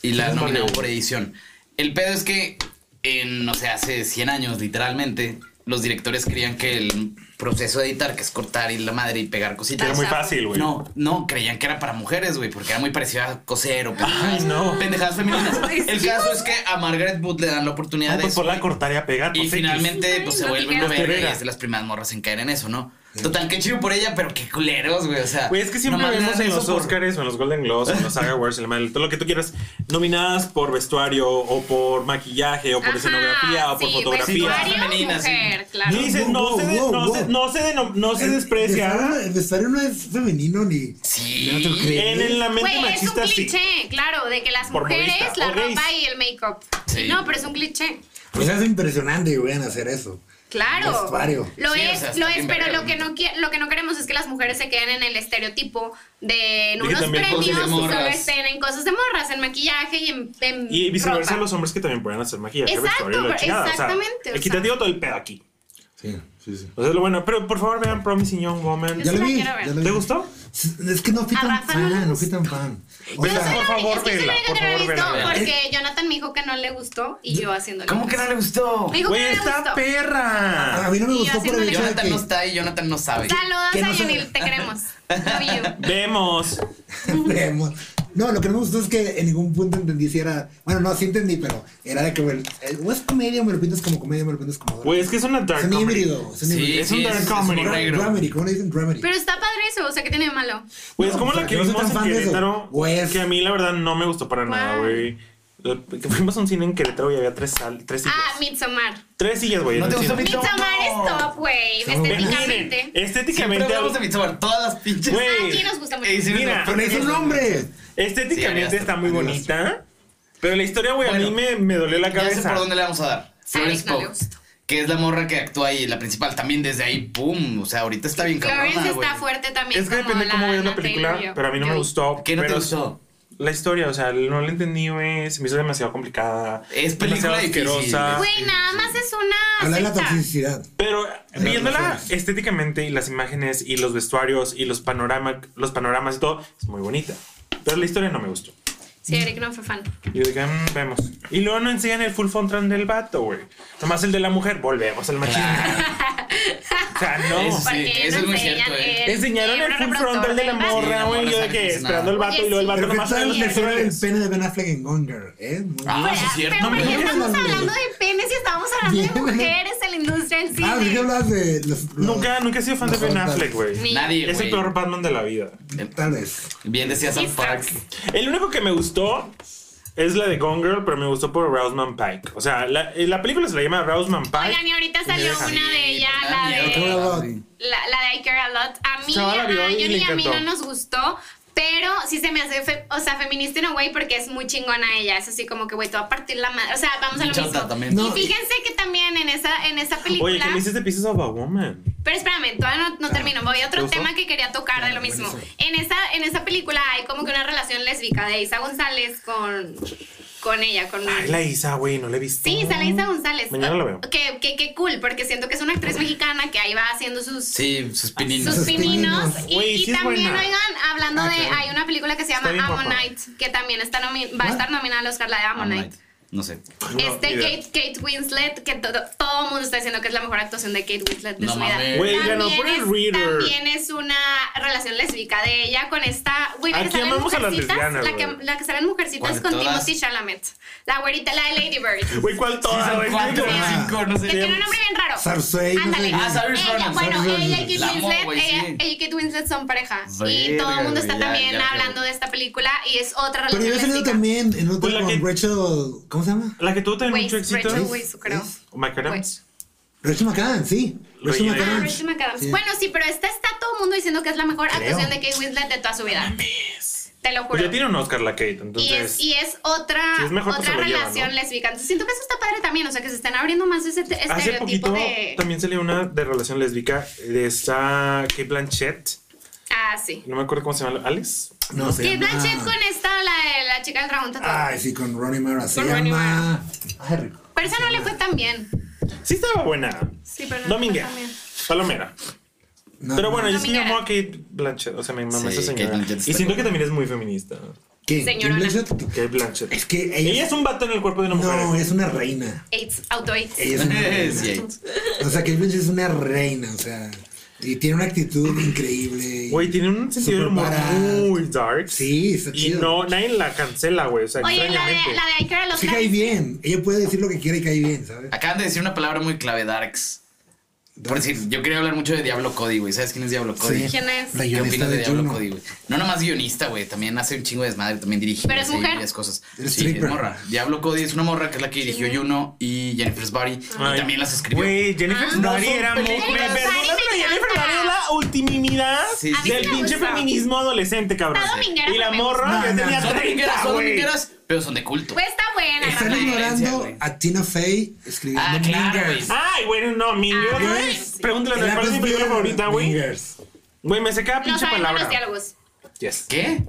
S3: Y la
S2: Sí,
S3: nominaron
S2: Margaret.
S3: por edición. El pedo es que, en, no sé, hace 100 años, literalmente, los directores creían que el proceso de editar, que es cortar y la madre y pegar cositas.
S2: Era muy
S4: Pasa.
S2: fácil, güey.
S3: No, no, creían que era para mujeres, güey, porque era muy parecido a coser o pendejadas,
S2: Ay, no.
S3: pendejadas femeninas.
S4: Ay,
S3: El
S4: sí.
S3: caso es que a Margaret Wood le dan la oportunidad
S2: Ah,
S3: de
S2: pues
S3: eso,
S2: por la cortar y a pegar.
S3: y
S2: pues, X.
S3: finalmente,
S4: Ay,
S3: pues
S4: no
S3: se vuelve una
S4: digas.
S3: verga y
S2: Verga.
S3: es de las primeras morras en caer en eso, ¿no? Total, qué chido por ella, pero qué culeros, güey. O sea,
S2: Güey, es que siempre
S3: nomás le
S2: vemos
S3: dan
S2: en
S3: eso
S2: los
S3: por-
S2: Oscars, o en los Golden Globes, o en los Saga Awards, en la madre, todo lo que tú quieras, nominadas por vestuario, o por maquillaje, o por
S4: Ajá,
S2: escenografía, o por
S4: sí, pues,
S2: fotografía.
S4: vestuario,
S3: Femenina, sí.
S4: mujer,
S2: Y
S4: claro.
S2: dices, no
S1: Wow,
S2: se de-
S1: wow,
S2: no
S1: wow. Eh,
S2: se- no se denom- no se desprecia.
S1: El vestuario no es femenino ni.
S3: Sí.
S1: ni otro cree.
S2: En, en la mente
S4: Güey, es un
S2: machista, sí.
S4: cliché, claro, de que las
S2: Por
S4: mujeres,
S2: modista,
S4: la
S2: o gays.
S4: ropa y el make-up.
S3: Sí.
S4: No, pero es un cliché.
S1: Pues es impresionante, güey, en hacer eso.
S4: Claro.
S1: Vestuario.
S4: Lo
S3: Sí, o
S4: es,
S3: sea, está
S4: lo es,
S3: bien
S4: pero
S3: verga,
S4: lo que no qui- lo que no queremos es que las mujeres se queden en el estereotipo de en
S2: De que
S4: unos
S2: también
S4: premios
S3: cosas de
S4: y solo
S3: morras.
S4: estén en cosas de morras, en maquillaje y en, en
S2: Y viceversa,
S4: ropa.
S2: los hombres que también pueden hacer maquillaje,
S4: Exacto,
S2: vestuario, y la
S4: pero-
S2: chingada. o sea,
S4: exactamente, o
S2: equitativo todo el pedo aquí.
S1: Sí, sí, sí.
S2: O sea, es lo bueno. Pero por favor, vean Promising Young Woman.
S1: Ya lo
S4: sí la
S1: vi.
S4: quiero ver.
S1: ya lo
S2: ¿Te
S1: vi.
S2: gustó?
S1: Es que no fui
S4: A
S1: tan
S4: Rafa no le
S1: fan, no fui tan fan. O
S4: Yo
S2: Vela,
S4: soy la
S1: sea,
S2: por
S4: única-
S2: favor,
S4: es que soy
S2: vela,
S4: la única
S2: por
S4: que no la he
S2: favor,
S4: visto
S2: vela, vela.
S4: porque Jonathan me dijo que no le gustó y yo haciéndole.
S3: ¿Cómo que no le gustó?
S4: Me dijo
S2: Güey,
S4: que no le
S2: esta
S4: gustó.
S1: a
S2: perra.
S1: mí no me
S4: Y yo
S1: gustó por el
S4: haciéndole-
S1: hecho de
S3: Jonathan
S1: que.
S3: no
S1: (laughs)
S3: está y Jonathan no sabe.
S1: que no
S4: Saludos a
S1: se-
S4: Yonil, te queremos. Love you.
S2: Vemos.
S1: Vemos. No, lo que no me gustó es que en ningún punto entendí si era. Bueno, no, sí entendí, pero era de que, güey, eh, o es comedia, me lo pintas como comedia, me lo pintas como. drama.
S2: Güey, es que es una dark
S1: Es un
S2: comedy.
S1: híbrido. Es un
S3: Sí,
S1: híbrido.
S2: Es un
S3: sí,
S2: dark
S3: es- es
S2: comedy.
S3: humor negro.
S1: Dramedy, ¿cómo le dicen dramedy?
S4: Pero está padre eso, o sea, ¿qué tiene de malo?
S2: Güey, es
S1: No,
S2: Pues, como
S1: para
S2: la que
S1: que no soy
S2: vimos
S1: tan
S2: en
S1: fan de eso.
S2: Querétaro.
S1: O es-
S2: Que a mí, la verdad, no me gustó para nada,
S4: ¿Cuál?
S2: güey. Lo- que Fuimos a un cine en Querétaro y había tres, sal- tres sillas.
S4: Ah, Midsommar.
S2: tres sillas, güey. en
S3: ¿No
S2: el
S3: te gustó
S2: cine.
S3: Midsommar?
S4: Midsommar es top, güey,
S1: Está muy buena.
S2: Miren,
S3: eh,
S4: estéticamente.
S3: Siempre
S2: estéticamente,
S3: hablamos de Midsommar, todas las pinches.
S2: Güey.
S4: Aquí nos gusta mucho.
S3: Eh, sí,
S2: Mira,
S3: no,
S1: Pero le hice un nombre.
S2: estéticamente
S3: Sí,
S2: está muy
S1: Arias.
S2: bonita. Pero la historia, güey, a
S3: Bueno,
S2: mí me, me dolió la
S3: Ya sé
S2: cabeza.
S3: por dónde le vamos a dar. Florence
S4: Alex no le
S3: Pugh,
S4: gustó.
S3: que es la morra que actúa ahí, la principal. También desde ahí, pum. O sea, ahorita está bien cabrona,
S4: Florence está
S3: güey.
S4: fuerte también.
S2: Es que
S4: como
S2: depende cómo veas la
S4: Anna
S2: película,
S4: Taylor-Joy.
S2: pero a mí no me gustó.
S3: ¿Qué no te
S2: pero
S3: gustó?
S2: La historia, o sea, no la entendí, güey. Se me hizo demasiado complicada.
S3: Es
S2: demasiado
S3: película difícil,
S2: asquerosa.
S4: Güey, nada más es
S1: Hablar de
S4: una
S1: la
S4: secta.
S1: toxicidad.
S2: Pero
S1: Pero
S2: viéndola
S1: no sé.
S2: estéticamente y las imágenes y los vestuarios y los panoramas, los panoramas y todo, es muy bonita. Pero la historia no me gustó.
S4: Sí, Eric no fue fan.
S2: Y yo dije, "Mm, vemos. Y luego no enseñan el full frontal del vato, güey. Nomás el de la mujer, volvemos al machismo. (laughs) O sea,
S3: Eso sí.
S2: no.
S4: Porque
S3: eso
S4: no
S3: es muy
S4: enseñan
S3: cierto, eh.
S4: el
S2: Enseñaron el
S4: miembro
S2: full
S4: reproductor
S2: frontal de la
S4: del vato.
S2: morra, güey. Yo de
S3: Sí,
S2: que
S3: la morra
S2: esperando el
S4: sale
S2: vato y luego el vato
S1: Pero ¿qué
S2: nomás sale
S1: tal
S2: los
S1: le suena el
S2: pectorales.
S1: pene de Ben Affleck en Gone Girl? ¿Eh? Muy-
S3: Ah,
S4: Pero,
S3: sí, es cierto,
S4: pero ¿por qué
S1: hombre.
S4: estamos hablando de penes y estábamos hablando de
S1: Bien.
S4: mujeres en la industria del
S1: Ah, ¿de qué
S4: cine?
S1: hablas de los, los-
S2: Nunca, nunca he sido fan de
S1: los
S2: Ben
S1: frontales?
S2: Affleck, güey.
S4: Ni-
S3: Nadie,
S2: Es el
S3: güey.
S2: peor Batman de la vida.
S1: Tal vez.
S3: Bien decía South Park.
S2: El único que me gustó es la de Gone Girl, pero me gustó por Rouseman Pike. O sea, la, eh, la película se la llama Rouseman Pike.
S4: Oigan, y ahorita salió
S2: Sí,
S4: una de ella, la
S3: mierda,
S1: Pero
S4: de...
S1: bueno,
S4: La, la de I Care A Lot. A mí,
S2: Chaval, la
S4: a
S2: vio y le
S4: Johnny y a mí
S2: encantó.
S4: no nos gustó. Pero sí se me hace, fe- o sea, feminista en a way porque es muy chingona ella. Es así como que, güey, te voy a partir la madre. O sea, vamos a lo
S3: Chota
S4: mismo.
S3: también.
S1: No,
S4: y fíjense que también en esa, en esa película.
S2: Oye, ¿qué me hiciste Ah, Pieces of a Woman?
S4: Pero espérame, todavía no, no termino. Voy a otro
S2: ¿Te gustó?
S4: tema que quería tocar de lo mismo. En esa, en esa película hay como que una relación lésbica de Isa González con, con ella, con...
S2: Ay, la Isa, güey, no la he visto.
S4: Sí, sale Isa González.
S2: Mañana la veo.
S4: Que, que, que cool, porque siento que es una actriz mexicana que ahí va haciendo sus...
S3: Sí, sus pininos.
S1: Sus
S4: Sus pininos.
S1: pininos.
S4: Y,
S2: Güey,
S4: y
S2: sí es
S4: también,
S2: buena.
S4: oigan, hablando
S2: Ah,
S4: de.
S2: claro.
S4: Hay una película que se
S2: Está bien ¿Ah?
S4: llama
S2: guapa.
S4: Ammonite, que también está nomi- va a
S1: ¿What?
S4: estar nominada al Oscar, la de Ammonite.
S3: No sé.
S2: No,
S4: Este
S2: ni idea.
S4: Kate, Kate Winslet, que todo, todo el mundo está diciendo que es la mejor actuación de Kate Winslet de
S3: No
S4: su
S3: mames.
S4: vida.
S2: Güey, ganó por el
S4: es,
S2: Reader.
S4: también es una relación lésbica de ella con esta güey la que
S2: Aquí
S4: sale en
S2: amamos a las
S4: mujercitas.
S2: lesbianas,
S4: la, que,
S2: güey.
S4: la que sale en mujercitas
S3: ¿Cuál de
S4: con
S3: todas?
S4: Timothy Chalamet. La güerita, la de Lady Bird.
S2: Güey, ¿cuál toda?
S3: son
S2: güey?
S3: cuatro,
S1: Ah.
S3: cinco, no
S4: Que tiene un
S3: sé.
S4: nombre bien raro.
S1: Cersei, no sé
S4: Ándale.
S1: qué.
S3: Ah, Saoirse
S4: Ella,
S3: Ronan.
S4: bueno,
S1: Saoirse
S4: ella y
S1: Ronan.
S4: Kate
S3: La amo,
S4: Winslet,
S3: güey,
S4: ella,
S3: sí.
S4: ella y Kate Winslet son pareja. y
S3: Verga,
S4: todo el mundo
S3: güey,
S4: está
S3: ya-
S4: también
S3: ya
S4: hablando
S3: quiero.
S4: de esta película y es otra
S1: Pero
S4: relación
S1: ya salió
S4: lésbica.
S1: también en otro
S2: Pues la
S1: con
S2: que-
S1: Rachel. ¿Cómo se llama?
S2: La que tuvo también mucho
S4: Waze,
S2: éxito.
S4: Rachel
S1: ¿Es?
S4: Weisz, creo.
S1: ¿Es?
S2: McAdams.
S1: Rachel McAdams, sí. Rachel
S2: Reina.
S4: Ah,
S1: McAdams.
S4: Rachel McAdams.
S1: Sí.
S4: Bueno, sí, pero esta está todo el mundo diciendo que es la mejor
S1: Creo.
S4: actuación de Kate Winslet de toda su vida. Te lo
S2: Pues
S4: juro.
S2: ya tiene un Oscar la Kate,
S4: Y es,
S2: entonces.
S4: y es otra,
S2: Si es mejor, pues
S4: otra
S2: se lo lleva,
S4: relación
S2: ¿no?
S4: lésbica. Entonces siento que eso está padre también. O sea, que se están abriendo más ese te-
S2: Hace
S4: estereotipo
S2: poquito
S4: de.
S2: también salió una de relación lésbica de esta Kate Blanchett.
S4: Ah, sí.
S2: No me acuerdo cómo se llama. ¿Alice?
S1: No sé.
S4: Kate Blanchett con esta, la, de la chica del dragón
S2: Ah,
S4: tatuado.
S1: Ay, sí, con Ronnie Mara. Se
S4: Con Rooney
S1: llama. Ay, rico.
S4: Pero esa no le fue tan bien.
S2: Sí estaba buena.
S4: Sí, pero no
S2: Dominguera.
S4: fue tan bien.
S2: Palomera.
S1: No,
S2: Pero bueno,
S1: no.
S2: yo sí me
S4: Dominguera.
S2: amo a Kate Blanchett. O sea, me mamá
S3: Sí,
S2: esa
S3: Kate
S2: señora.
S3: Blanchett está
S2: Y siento que
S3: buena.
S2: también es muy feminista.
S1: ¿Qué?
S4: Señorona.
S1: ¿Quién Blanchett?
S2: Kate Blanchett.
S1: Es que ella,
S2: Ella es un vato en el cuerpo de una mujer.
S1: No, es una reina.
S4: AIDS, auto AIDS.
S1: Ella es una reina.
S3: (laughs) Sí.
S1: O sea, Kate Blanchett es una reina, o sea. Y tiene una actitud increíble.
S2: Güey, tiene un sentido del humor
S1: Superbad.
S2: muy dark.
S1: Sí, está
S2: Y
S1: chido.
S2: no, nadie la cancela, güey. O sea,
S4: Oye, la de,
S2: extrañamente.
S4: la de I Care a Lot
S1: Sí cae Pues bien. Ella puede decir lo que quiera y cae bien, ¿sabes?
S3: Acaban de decir una palabra muy clave, Darks. Por decir, yo quería hablar mucho de Diablo Cody, güey. ¿Sabes quién es Diablo Cody?
S1: Sí.
S4: ¿Quién es?
S1: La
S3: ¿Qué
S1: guionista
S3: opinas
S1: de
S3: de Diablo
S1: Juno.
S3: Cody, güey? No nomás guionista, güey. También hace un chingo de desmadre, también dirige.
S4: Pero es
S3: y hace
S4: mujer.
S3: varias cosas.
S1: Es
S3: Sí,
S1: stripper.
S3: es morra. Diablo Cody es una morra que es la que dirigió Juno y Jennifer's Body.
S2: Ay,
S3: Y también las escribió.
S2: Güey, Jennifer
S4: Ah.
S2: Body
S4: No son
S2: era muy. Me
S4: películas.
S2: perdonas, pero
S4: Jennifer
S2: Jennifer
S4: Body
S2: Body es la ultimimidad
S3: Sí, sí,
S2: del
S3: sí.
S2: pinche
S4: Me gusta.
S2: feminismo adolescente, cabrón.
S4: Está dominguera,
S2: Y la
S4: pero me
S2: morra
S1: gusta.
S2: ya
S1: No,
S2: tenía
S1: no,
S3: Son
S2: 30,
S3: domingueras, son
S2: güey.
S3: domingueras, pero son de culto.
S4: Pues está buena,
S1: Están
S4: Rafael.
S1: ignorando
S3: güey.
S1: a Tina Fey escribiendo
S3: Ah, claro, güey.
S1: Mingers.
S2: Ay, güey, no, mi
S4: Ah,
S2: güey.
S4: Mingers.
S2: Pregúntale cuál es mi película favorita, güey. Güey, me sé cada
S4: No
S2: pinche
S4: sabemos los
S2: palabra.
S4: diálogos.
S2: Yes.
S3: ¿Qué?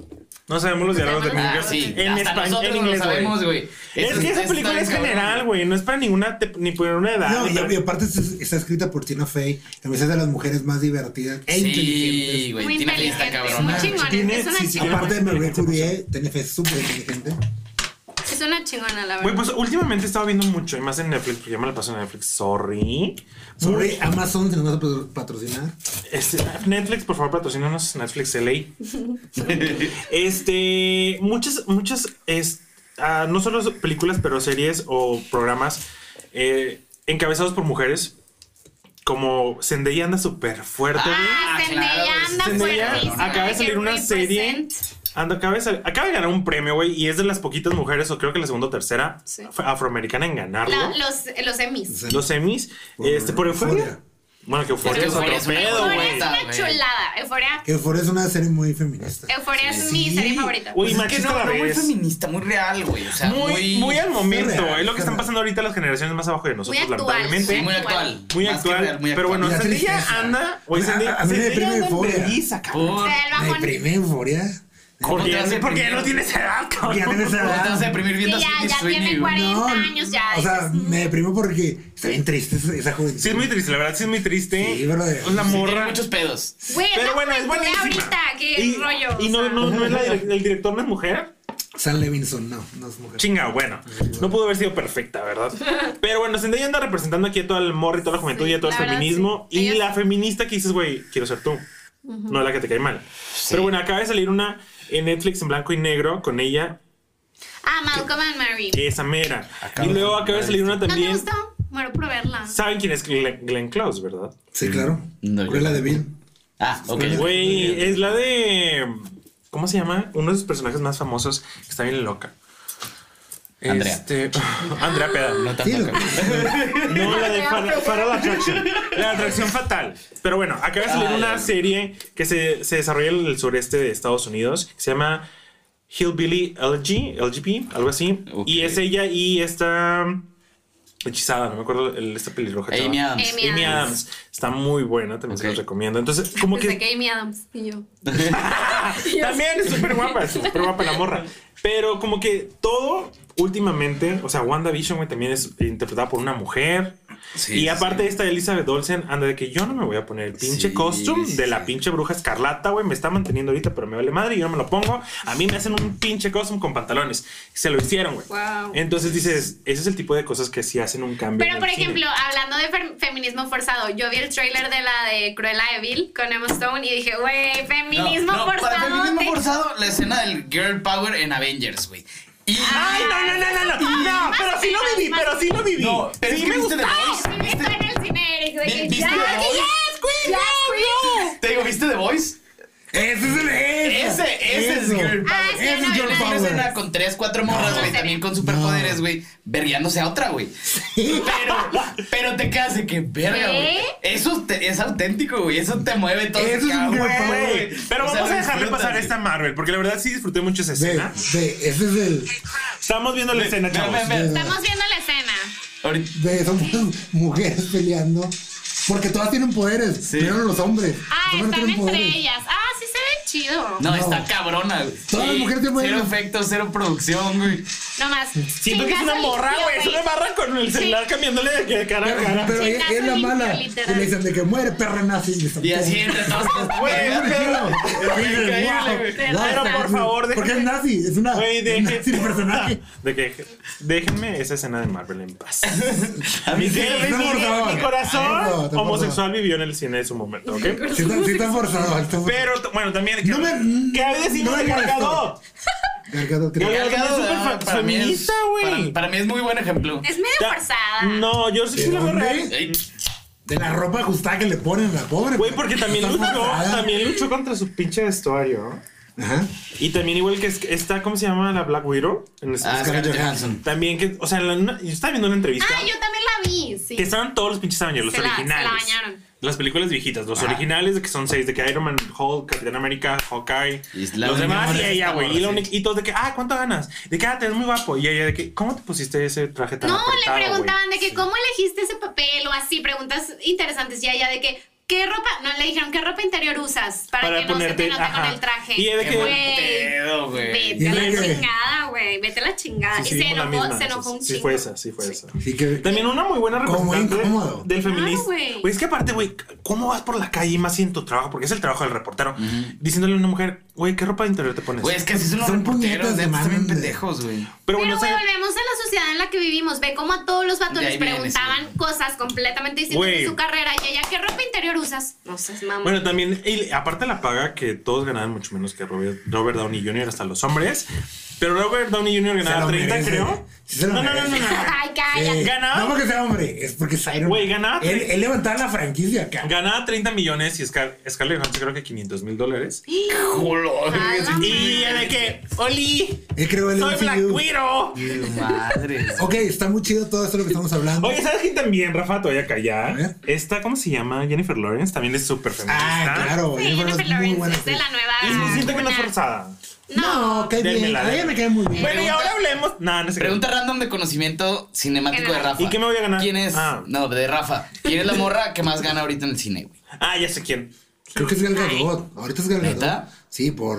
S2: No sabemos los diálogos de
S4: sabemos
S3: Ah,
S4: los
S2: Mingers.
S3: sí.
S2: En
S3: Hasta
S2: español,
S3: nosotros
S2: en
S3: no
S2: inglés,
S3: sabemos,
S2: güey.
S3: güey.
S2: Es
S3: Eso-
S2: que
S3: eso
S2: esa
S3: está
S2: película
S3: bien
S2: es
S3: cabrón.
S2: general, güey. No es para ninguna, te- ni por una edad.
S1: No,
S2: ni para-
S1: y, y aparte es- está escrita por Tina Fey. También es de las mujeres más divertidas e
S3: Sí,
S1: inteligentes.
S4: Muy
S3: güey. Tina Fey está
S4: inteligente,
S3: cabrón.
S4: muy chingona.
S2: Tiene-
S4: Es una
S2: sí, sí,
S4: chingona.
S1: Aparte de Marie Curie, Tina Fey es súper inteligente.
S4: Es una chingona, la
S2: Güey,
S4: verdad.
S2: pues últimamente he estado viendo mucho, y más en Netflix, porque ya me la paso en Netflix, sorry.
S1: Sobre Amazon, si nos vas a patro- patrocinar.
S2: Este, Netflix, por favor, patrocínanos Netflix LA. este, muchas, muchas, es, ah, no solo películas, pero series o programas eh, encabezados por mujeres, como Zendaya anda súper fuerte. güey.
S4: Ah,
S3: Ah,
S4: Zendaya
S3: claro,
S4: anda
S2: Zendaya
S4: fuertísima.
S2: acaba de salir una serie.
S4: Represent.
S2: Anda, acaba, de sal- acaba de ganar un premio, güey, y es de las poquitas mujeres, o creo que la segunda o tercera
S4: Sí.
S2: af- afroamericana en ganarlo.
S4: La- los, los Emmys.
S1: Sí.
S2: Los semis.
S1: Por
S2: este, por euforia.
S1: Euphoria.
S2: Bueno, que euforia
S3: que
S2: es
S3: Euphoria
S2: otro
S3: es una
S2: pedo,
S3: joya.
S4: Euphoria
S2: güey.
S4: es una
S3: güey.
S4: chulada. Euforia.
S1: Que Euphoria es una serie muy feminista.
S4: Euforia es
S1: Sí.
S4: mi serie favorita.
S2: Uy,
S3: Pues es que
S2: machista
S3: no,
S2: la
S3: no, muy
S2: vez.
S3: feminista, muy real, güey. O sea, muy.
S2: Muy, muy al momento.
S1: real,
S2: es lo
S1: está
S2: que están
S1: real.
S2: pasando ahorita las generaciones más abajo de nosotros,
S4: Muy actual,
S2: lamentablemente.
S3: sí, muy actual.
S2: Muy
S3: Más que
S2: actual.
S3: real, muy
S2: pero bueno,
S1: actual. Y la
S2: Zendaya
S1: tristeza.
S2: anda. Güey,
S1: A- a-
S2: Zendaya
S1: a mí me
S2: Zendaya
S1: deprime
S2: anda en
S1: Euphoria.
S2: vergüenza, cabrón.
S4: Se
S3: Por-
S4: da el
S1: Me
S4: bajón.
S1: deprime Euforia.
S3: ¿Cómo te
S2: Porque,
S3: vas
S2: porque
S3: a
S2: ya
S3: deprimir?
S2: no tienes edad, cabrón.
S1: Ya tienes edad.
S3: ¿Cómo te vas a deprimir viendo
S4: Sí, ya-
S3: Sleepy
S4: ya
S3: Sweeney,
S4: tiene
S3: güey?
S4: 40. 30 años ya,
S1: O sea,
S4: dices, "Mm".
S1: me deprimo porque está bien triste esa- esa juventud.
S2: Sí, es muy triste, la verdad, sí es muy triste.
S1: Sí, brother.
S2: Es la
S1: Sí,
S3: Tiene
S2: morra.
S3: muchos pedos.
S4: Güey,
S2: Pero bueno, es buenísima.
S4: pues, ahorita, qué
S2: y,
S4: rollo.
S2: Y
S4: o
S2: no,
S4: sea.
S2: no, no es la, direc- el director no es mujer.
S1: Sam Levinson, no, no es mujer.
S2: Chinga, bueno. No pudo haber sido perfecta,
S4: (laughs)
S2: ¿verdad? Pero bueno, Zendaya anda representando aquí a todo el morro y toda la juventud
S4: Sí,
S2: y a todo el
S4: la verdad,
S2: feminismo.
S4: sí.
S2: Y
S4: Ella-
S2: la feminista que dices, güey, quiero ser tú. No la que te cae mal. Pero bueno, acaba de salir una en Netflix en blanco y negro con ella,
S4: Ah, Malcolm and Mary.
S2: esa mera.
S1: Acabo
S2: y
S1: de-
S2: luego acaba de salir una
S4: ¿No te
S2: también.
S4: gustó? Muero por verla.
S2: ¿Saben quién es Glenn, Glenn Close, verdad?
S1: Sí, claro.
S3: No, yo-
S1: Cruella de Bill.
S3: Ah, ok.
S2: Güey, es la de. ¿Cómo se llama? Uno de sus personajes más famosos que está bien loca.
S3: Andrea.
S2: Este, (laughs) Andrea Peda.
S3: No tanto.
S1: Sí, lo-
S3: acá.
S2: No, la de
S4: Andrea
S2: Far-
S4: Peda.
S2: Fatal Attraction. La atracción fatal. Pero bueno, acaba de salir
S3: Ah, ya.
S2: una serie que se, se desarrolla en el sureste de Estados Unidos. Que se llama Hillbilly LG, LGP, algo así.
S3: Ok.
S2: Y es ella y esta hechizada, no me acuerdo, el- esta pelirroja. chava.
S3: Amy Adams.
S4: Amy
S2: Amy
S4: Adams.
S2: Adams. Está muy buena, también se
S3: Ok.
S2: los recomiendo. Entonces, como
S4: Desde
S2: que
S4: que Amy Adams y yo.
S2: también es súper guapa, es súper guapa la morra. Pero como que todo últimamente, o sea, WandaVision, güey, también es interpretada por una mujer.
S3: Sí,
S2: y
S3: sí,
S2: aparte
S3: sí.
S2: esta Elizabeth Olsen anda de que yo no me voy a poner el pinche
S3: Sí,
S2: costume
S3: sí,
S2: de
S3: sí.
S2: la pinche bruja escarlata, güey. Me está manteniendo ahorita, pero me vale madre y yo no me lo pongo. A mí me hacen un pinche costume con pantalones. Se lo hicieron, güey.
S4: Wow.
S2: Entonces dices, ese es el tipo de cosas que sí hacen un cambio. en
S4: Pero,
S2: el
S4: por
S2: cine.
S4: ejemplo, hablando de fer- feminismo forzado, yo vi el tráiler de la de Cruella de Vil con Emma Stone y dije, güey, feminismo
S3: No, no, para
S4: forzado. ¿eh?
S3: feminismo
S4: te-
S3: forzado, la escena del Girl Power en Avengers, güey. Y.
S2: Ay, no, no, no, no, no. No, pero sí lo viví, pero sí lo viví.
S3: No, pero es
S2: sí
S3: que
S2: me
S3: viste
S2: gustó.
S3: The
S4: Sí,
S3: Voice.
S4: está en el cine, Eric, de que
S3: ¿Viste
S4: ya,
S3: The
S4: que
S3: Voice?
S4: yes, queen, yes, queen.
S3: Te digo, ¿viste The Voice?
S1: Ese es el ese.
S3: Ese, ese es
S1: Eso.
S3: Girl Power.
S4: Ah, sí,
S1: Ese
S4: no,
S1: es
S4: yo
S1: Girl
S4: la vi
S3: Una escena
S1: Power.
S3: con tres, cuatro morras, güey, también con superpoderes, güey, vergueándose a otra, güey. Pero, pero te quedas de que verga, güey.
S4: ¿Qué?
S3: Eso te- es auténtico, güey. Eso te mueve todo.
S1: Eso es
S3: acá,
S1: un girl
S3: güey.
S1: power.
S2: Güey, Pero
S3: O
S2: vamos
S3: sea,
S2: a
S3: lo
S2: dejarle
S3: disfrutas,
S2: pasar
S3: güey.
S2: esta Marvel, porque la verdad sí disfruté mucho esa
S1: Ve,
S2: escena.
S1: ve, ese es el.
S2: Estamos viendo la escena,
S3: Ven,
S2: chavos.
S3: ven, ven.
S4: Estamos viendo la escena.
S3: Ahorita-
S1: Ve, son puras (laughs) mujeres peleando. Porque todas tienen poderes.
S3: Sí.
S1: Primero los hombres.
S4: Ah,
S1: Los hombres
S4: están
S1: tienen
S4: entre ellas. Ah, sí se ve chido.
S3: No,
S1: No.
S3: está cabrona, güey.
S1: Todas las
S3: Sí,
S1: mujeres tienen
S3: Cero
S1: poderes.
S3: efectos, cero producción, güey.
S4: Nomás.
S2: Siento que es una morra, güey. Es una barra con el celular cambiándole de que- de cara a cara.
S1: Pero ella
S4: Chingazo
S1: es la
S4: limpio,
S1: mala.
S4: literal.
S1: Y le dicen de que muere perra nazi. Y, le están
S3: Y así
S1: todos-
S3: entre todos.
S2: Güey,
S1: ¡Ah,
S2: pero- (laughs)
S1: chido! Y dices,
S3: increíble,
S1: "Wow,
S3: güey.
S1: wow,
S2: Pero, por
S1: güey,
S2: favor,
S1: Porque es
S2: déjenme-
S1: nazi. Es una. (laughs)
S2: Güey,
S1: es nazi el personaje.
S2: dejen- (laughs) de que déjenme esa escena de Marvel en paz.
S3: A mí sí.
S2: Sí,
S1: no,
S2: mi-
S1: por
S2: mi-
S1: favor.
S2: mi
S1: Ay, no,
S2: corazón
S1: tampoco.
S2: homosexual vivió en el cine de su momento, ¿ok?
S1: Sí, está, sí está forzado. está forzado.
S2: Pero t- bueno, también
S1: No me-
S2: que a veces sí
S1: no
S2: me
S1: me molestó.
S2: cargado.
S1: Cargado, creo.
S2: Gal- Es
S3: Cargado,
S2: súper
S3: ah,
S2: fa-
S3: para mí es-
S2: feminista, güey.
S3: para- Para mí es muy buen ejemplo.
S4: Es medio
S2: Ya-
S4: forzada.
S2: No, yo sí
S1: ¿De
S2: lo veo
S1: dónde?
S2: real.
S3: Ey,
S1: De la ropa ajustada que le ponen a la pobre.
S2: Güey, porque también
S1: Está
S2: luchó,
S1: forzada.
S2: también luchó contra su pinche vestuario.
S1: Ajá.
S2: Y también igual que es- está, ¿cómo se llama? La Black Widow. En el-
S3: Ah, Scarlett Johansson.
S2: También que, o sea, en la- una- yo estaba viendo una entrevista
S4: Ah, yo también la vi, sí.
S2: que estaban todos los pinches Avengers, los
S4: Se la- se la
S2: originales.
S4: bañaron.
S2: Las películas viejitas, los
S3: Ajá.
S2: originales de que son seis, de que Iron Man, Hulk, Capitán América, Hawkeye,
S3: Y la
S2: los
S3: de mi
S2: demás
S3: amor
S2: y
S3: es
S2: ella,
S3: esta
S2: güey.
S3: morra,
S2: Y, la
S3: sí.
S2: única- y todos de que, ah, ¿cuánto ganas? De que, ah, te ves muy guapo. Y ella de que, ¿cómo te pusiste ese traje tan
S4: No,
S2: apretado,
S4: le
S2: güey?"
S4: preguntaban de que cómo elegiste ese papel o así, preguntas interesantes y allá de que qué ropa, no le dijeron qué ropa interior usas para,
S2: Para
S4: que no
S2: ponerte-
S4: se te note
S2: ajá.
S4: con el traje.
S2: Y es de
S3: Qué
S2: que-
S3: buen
S4: Güey,
S3: pedo, güey.
S4: Vete a
S1: Y es
S4: la
S1: de que-
S4: chingada, güey. Vete a la chingada.
S2: Sí, sí,
S4: y se
S2: vimos la
S4: enojó,
S2: misma.
S4: se enojó un
S2: Sí,
S4: chingo.
S2: fue esa, sí fue esa.
S1: Sí que.
S2: También una muy buena
S1: Como
S2: representante
S1: incómodo.
S2: del
S4: Claro,
S2: feminismo.
S4: güey.
S2: Güey, es que aparte, güey, ¿cómo vas por la calle y más en tu trabajo? Porque es el trabajo del reportero. Diciéndole a una mujer, güey, ¿qué ropa de interior te pones?
S3: Güey, es que así son los
S1: Son
S3: reporteros,
S1: puñetas de
S3: neta, están bien
S1: mame.
S3: pendejos, güey.
S2: pero
S4: Pero,
S2: bueno,
S4: güey,
S2: o sea,
S4: volvemos a la sociedad en la que vivimos. Ve cómo a todos los vatos
S3: De ahí
S4: les
S3: viene,
S4: preguntaban
S3: sí.
S4: cosas completamente distintas
S2: Güey.
S4: de su carrera. Y ella, ¿qué ropa interior usas? No seas mamá.
S2: bueno, también, y aparte la paga que todos ganaban mucho menos que Robert, Robert Downey Jr., hasta los hombres. Pero Robert Downey Jr. ganaba
S1: lo
S2: 30,
S1: merece.
S2: creo.
S1: Sí se lo
S2: no, no, no, no,
S1: merece.
S2: no.
S4: Ay, cállate.
S1: Eh,
S2: ¿Ganaba?
S1: No porque sea hombre, es porque es Iron
S2: Güey,
S1: Man.
S2: ganaba.
S1: Él, él levantaba la franquicia acá.
S2: Ganaba 30 millones y Scar Scarlett Johansson creo que 500 mil dólares.
S3: Jolo.
S4: Nada
S2: Y
S4: más.
S2: de que, Oli,
S1: Él creó el
S2: soy Black
S1: MCU.
S2: Widow.
S3: (laughs) Madre.
S1: Ok, está muy chido todo esto de lo que estamos hablando.
S2: Oye, ¿sabes quién también, Rafa? Te voy a
S1: A
S2: callar.
S1: ver.
S2: Esta, ¿cómo se llama? Jennifer Lawrence, también es súper feminista.
S1: ah, claro.
S4: Sí,
S1: Jennifer
S4: Jennifer
S1: Lawrence es muy
S4: Lawrence
S1: buena
S4: es de
S1: actriz.
S4: la nueva.
S2: Y me siento que no es
S4: una-
S2: forzada.
S4: No.
S1: No, cae bien.
S2: Dénmela,
S1: A ella
S2: dénmela.
S1: me cae muy bien.
S2: Bueno, y ahora hablemos. Nah, no sé qué.
S3: Pregunta random de conocimiento cinemático de Rafa.
S2: ¿Y qué me voy a ganar?
S3: ¿Quién es?
S2: Ah.
S3: No, de Rafa. ¿Quién es la morra que más gana ahorita en el cine, güey?
S2: Ah, ya sé quién.
S1: Creo que es Gal Gadot. Ahorita es Gal Gadot.
S3: ¿Neta?
S1: Sí, por.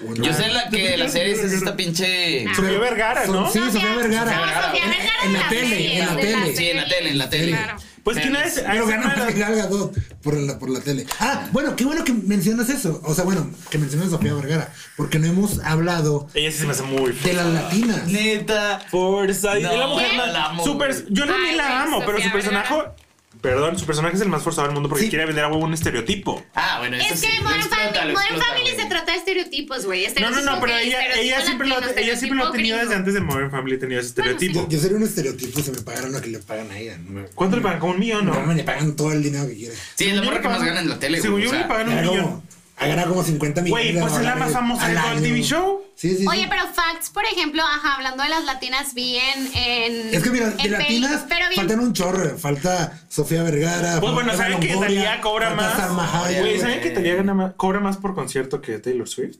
S1: por-
S3: Yo sé la que la serie es esta pinche.
S4: Ah.
S2: Sofía Vergara,
S1: So-
S2: ¿no?
S1: Sí, Sofía
S4: Sofía-
S1: Vergara.
S4: Sofía Vergara.
S3: Sofía Vergara
S1: En
S4: de
S1: la
S4: la
S1: tele,
S4: serie,
S1: en la
S4: de la
S1: tele.
S4: serie.
S3: Sí, en la tele, en la tele.
S4: Claro.
S2: Pues quién es. Ah,
S1: Pero
S2: esa
S1: ganó
S2: madre-
S1: Gal Gadot por la, por la tele. Ah, bueno, qué bueno que mencionas eso. O sea, bueno, que mencionas a Sofía Vergara. Porque no hemos hablado
S2: Ella sí se me hace muy
S1: de las latinas.
S3: Neta.
S2: forzada. Y
S3: No,
S2: la mujer.
S3: ¿Qué?
S2: no-
S3: la amo,
S2: super,
S3: güey.
S2: yo también
S4: Ay,
S2: la
S4: güey,
S2: amo, pero su
S4: Sofía
S2: personaje.
S4: Vergara.
S2: Perdón, su personaje es el más forzado del mundo porque
S1: Sí.
S2: quiere vender a huego un estereotipo.
S3: Ah, bueno, eso
S4: Es
S3: sí,
S4: que
S3: lo
S4: Modern
S3: explota,
S4: Family,
S3: lo
S4: Modern
S3: explota,
S4: Family
S3: güey.
S4: se trata de estereotipos, güey.
S2: No, no,
S4: Estereotipo
S2: no, pero
S4: gay,
S2: ella, ella
S4: estereotipo
S2: siempre lo,
S4: latino,
S2: ella siempre lo ha
S4: estereotipo
S2: tenido
S4: gringo.
S2: desde antes de Modern Family, ha tenido ese estereotipo.
S1: Yo sería un estereotipo si me pagaran lo que le pagan a ella. No me-
S2: ¿Cuánto le pagan? ¿Como un millón, no?
S1: No, me le pagan todo el dinero que quiere.
S3: Sí, es la morra que más gana en la tele,
S2: Según
S3: güey.
S2: yo
S3: o sea,
S2: le pagan un
S1: Claro.
S2: millón.
S1: Ha ganado como 50 millones.
S2: Güey,
S1: de
S2: pues es la
S1: dólares
S2: más famosa
S1: al
S2: de todo el
S1: año.
S2: TV show.
S1: Sí, sí, sí.
S4: Oye, pero facts, por ejemplo, ajá, hablando de las latinas, vi en. en-
S1: Es que mira, de
S4: en
S1: latinas
S4: peli- pero vi-
S1: faltan un chorro. Falta Sofía Vergara.
S2: Pues bueno,
S1: falta
S2: ¿saben que
S1: Longoria,
S2: Talía cobra
S1: falta
S2: más?
S1: Salma Hayek,
S2: Güey,
S1: güey.
S2: ¿saben que Talía gana más- cobra más por concierto que Taylor Swift?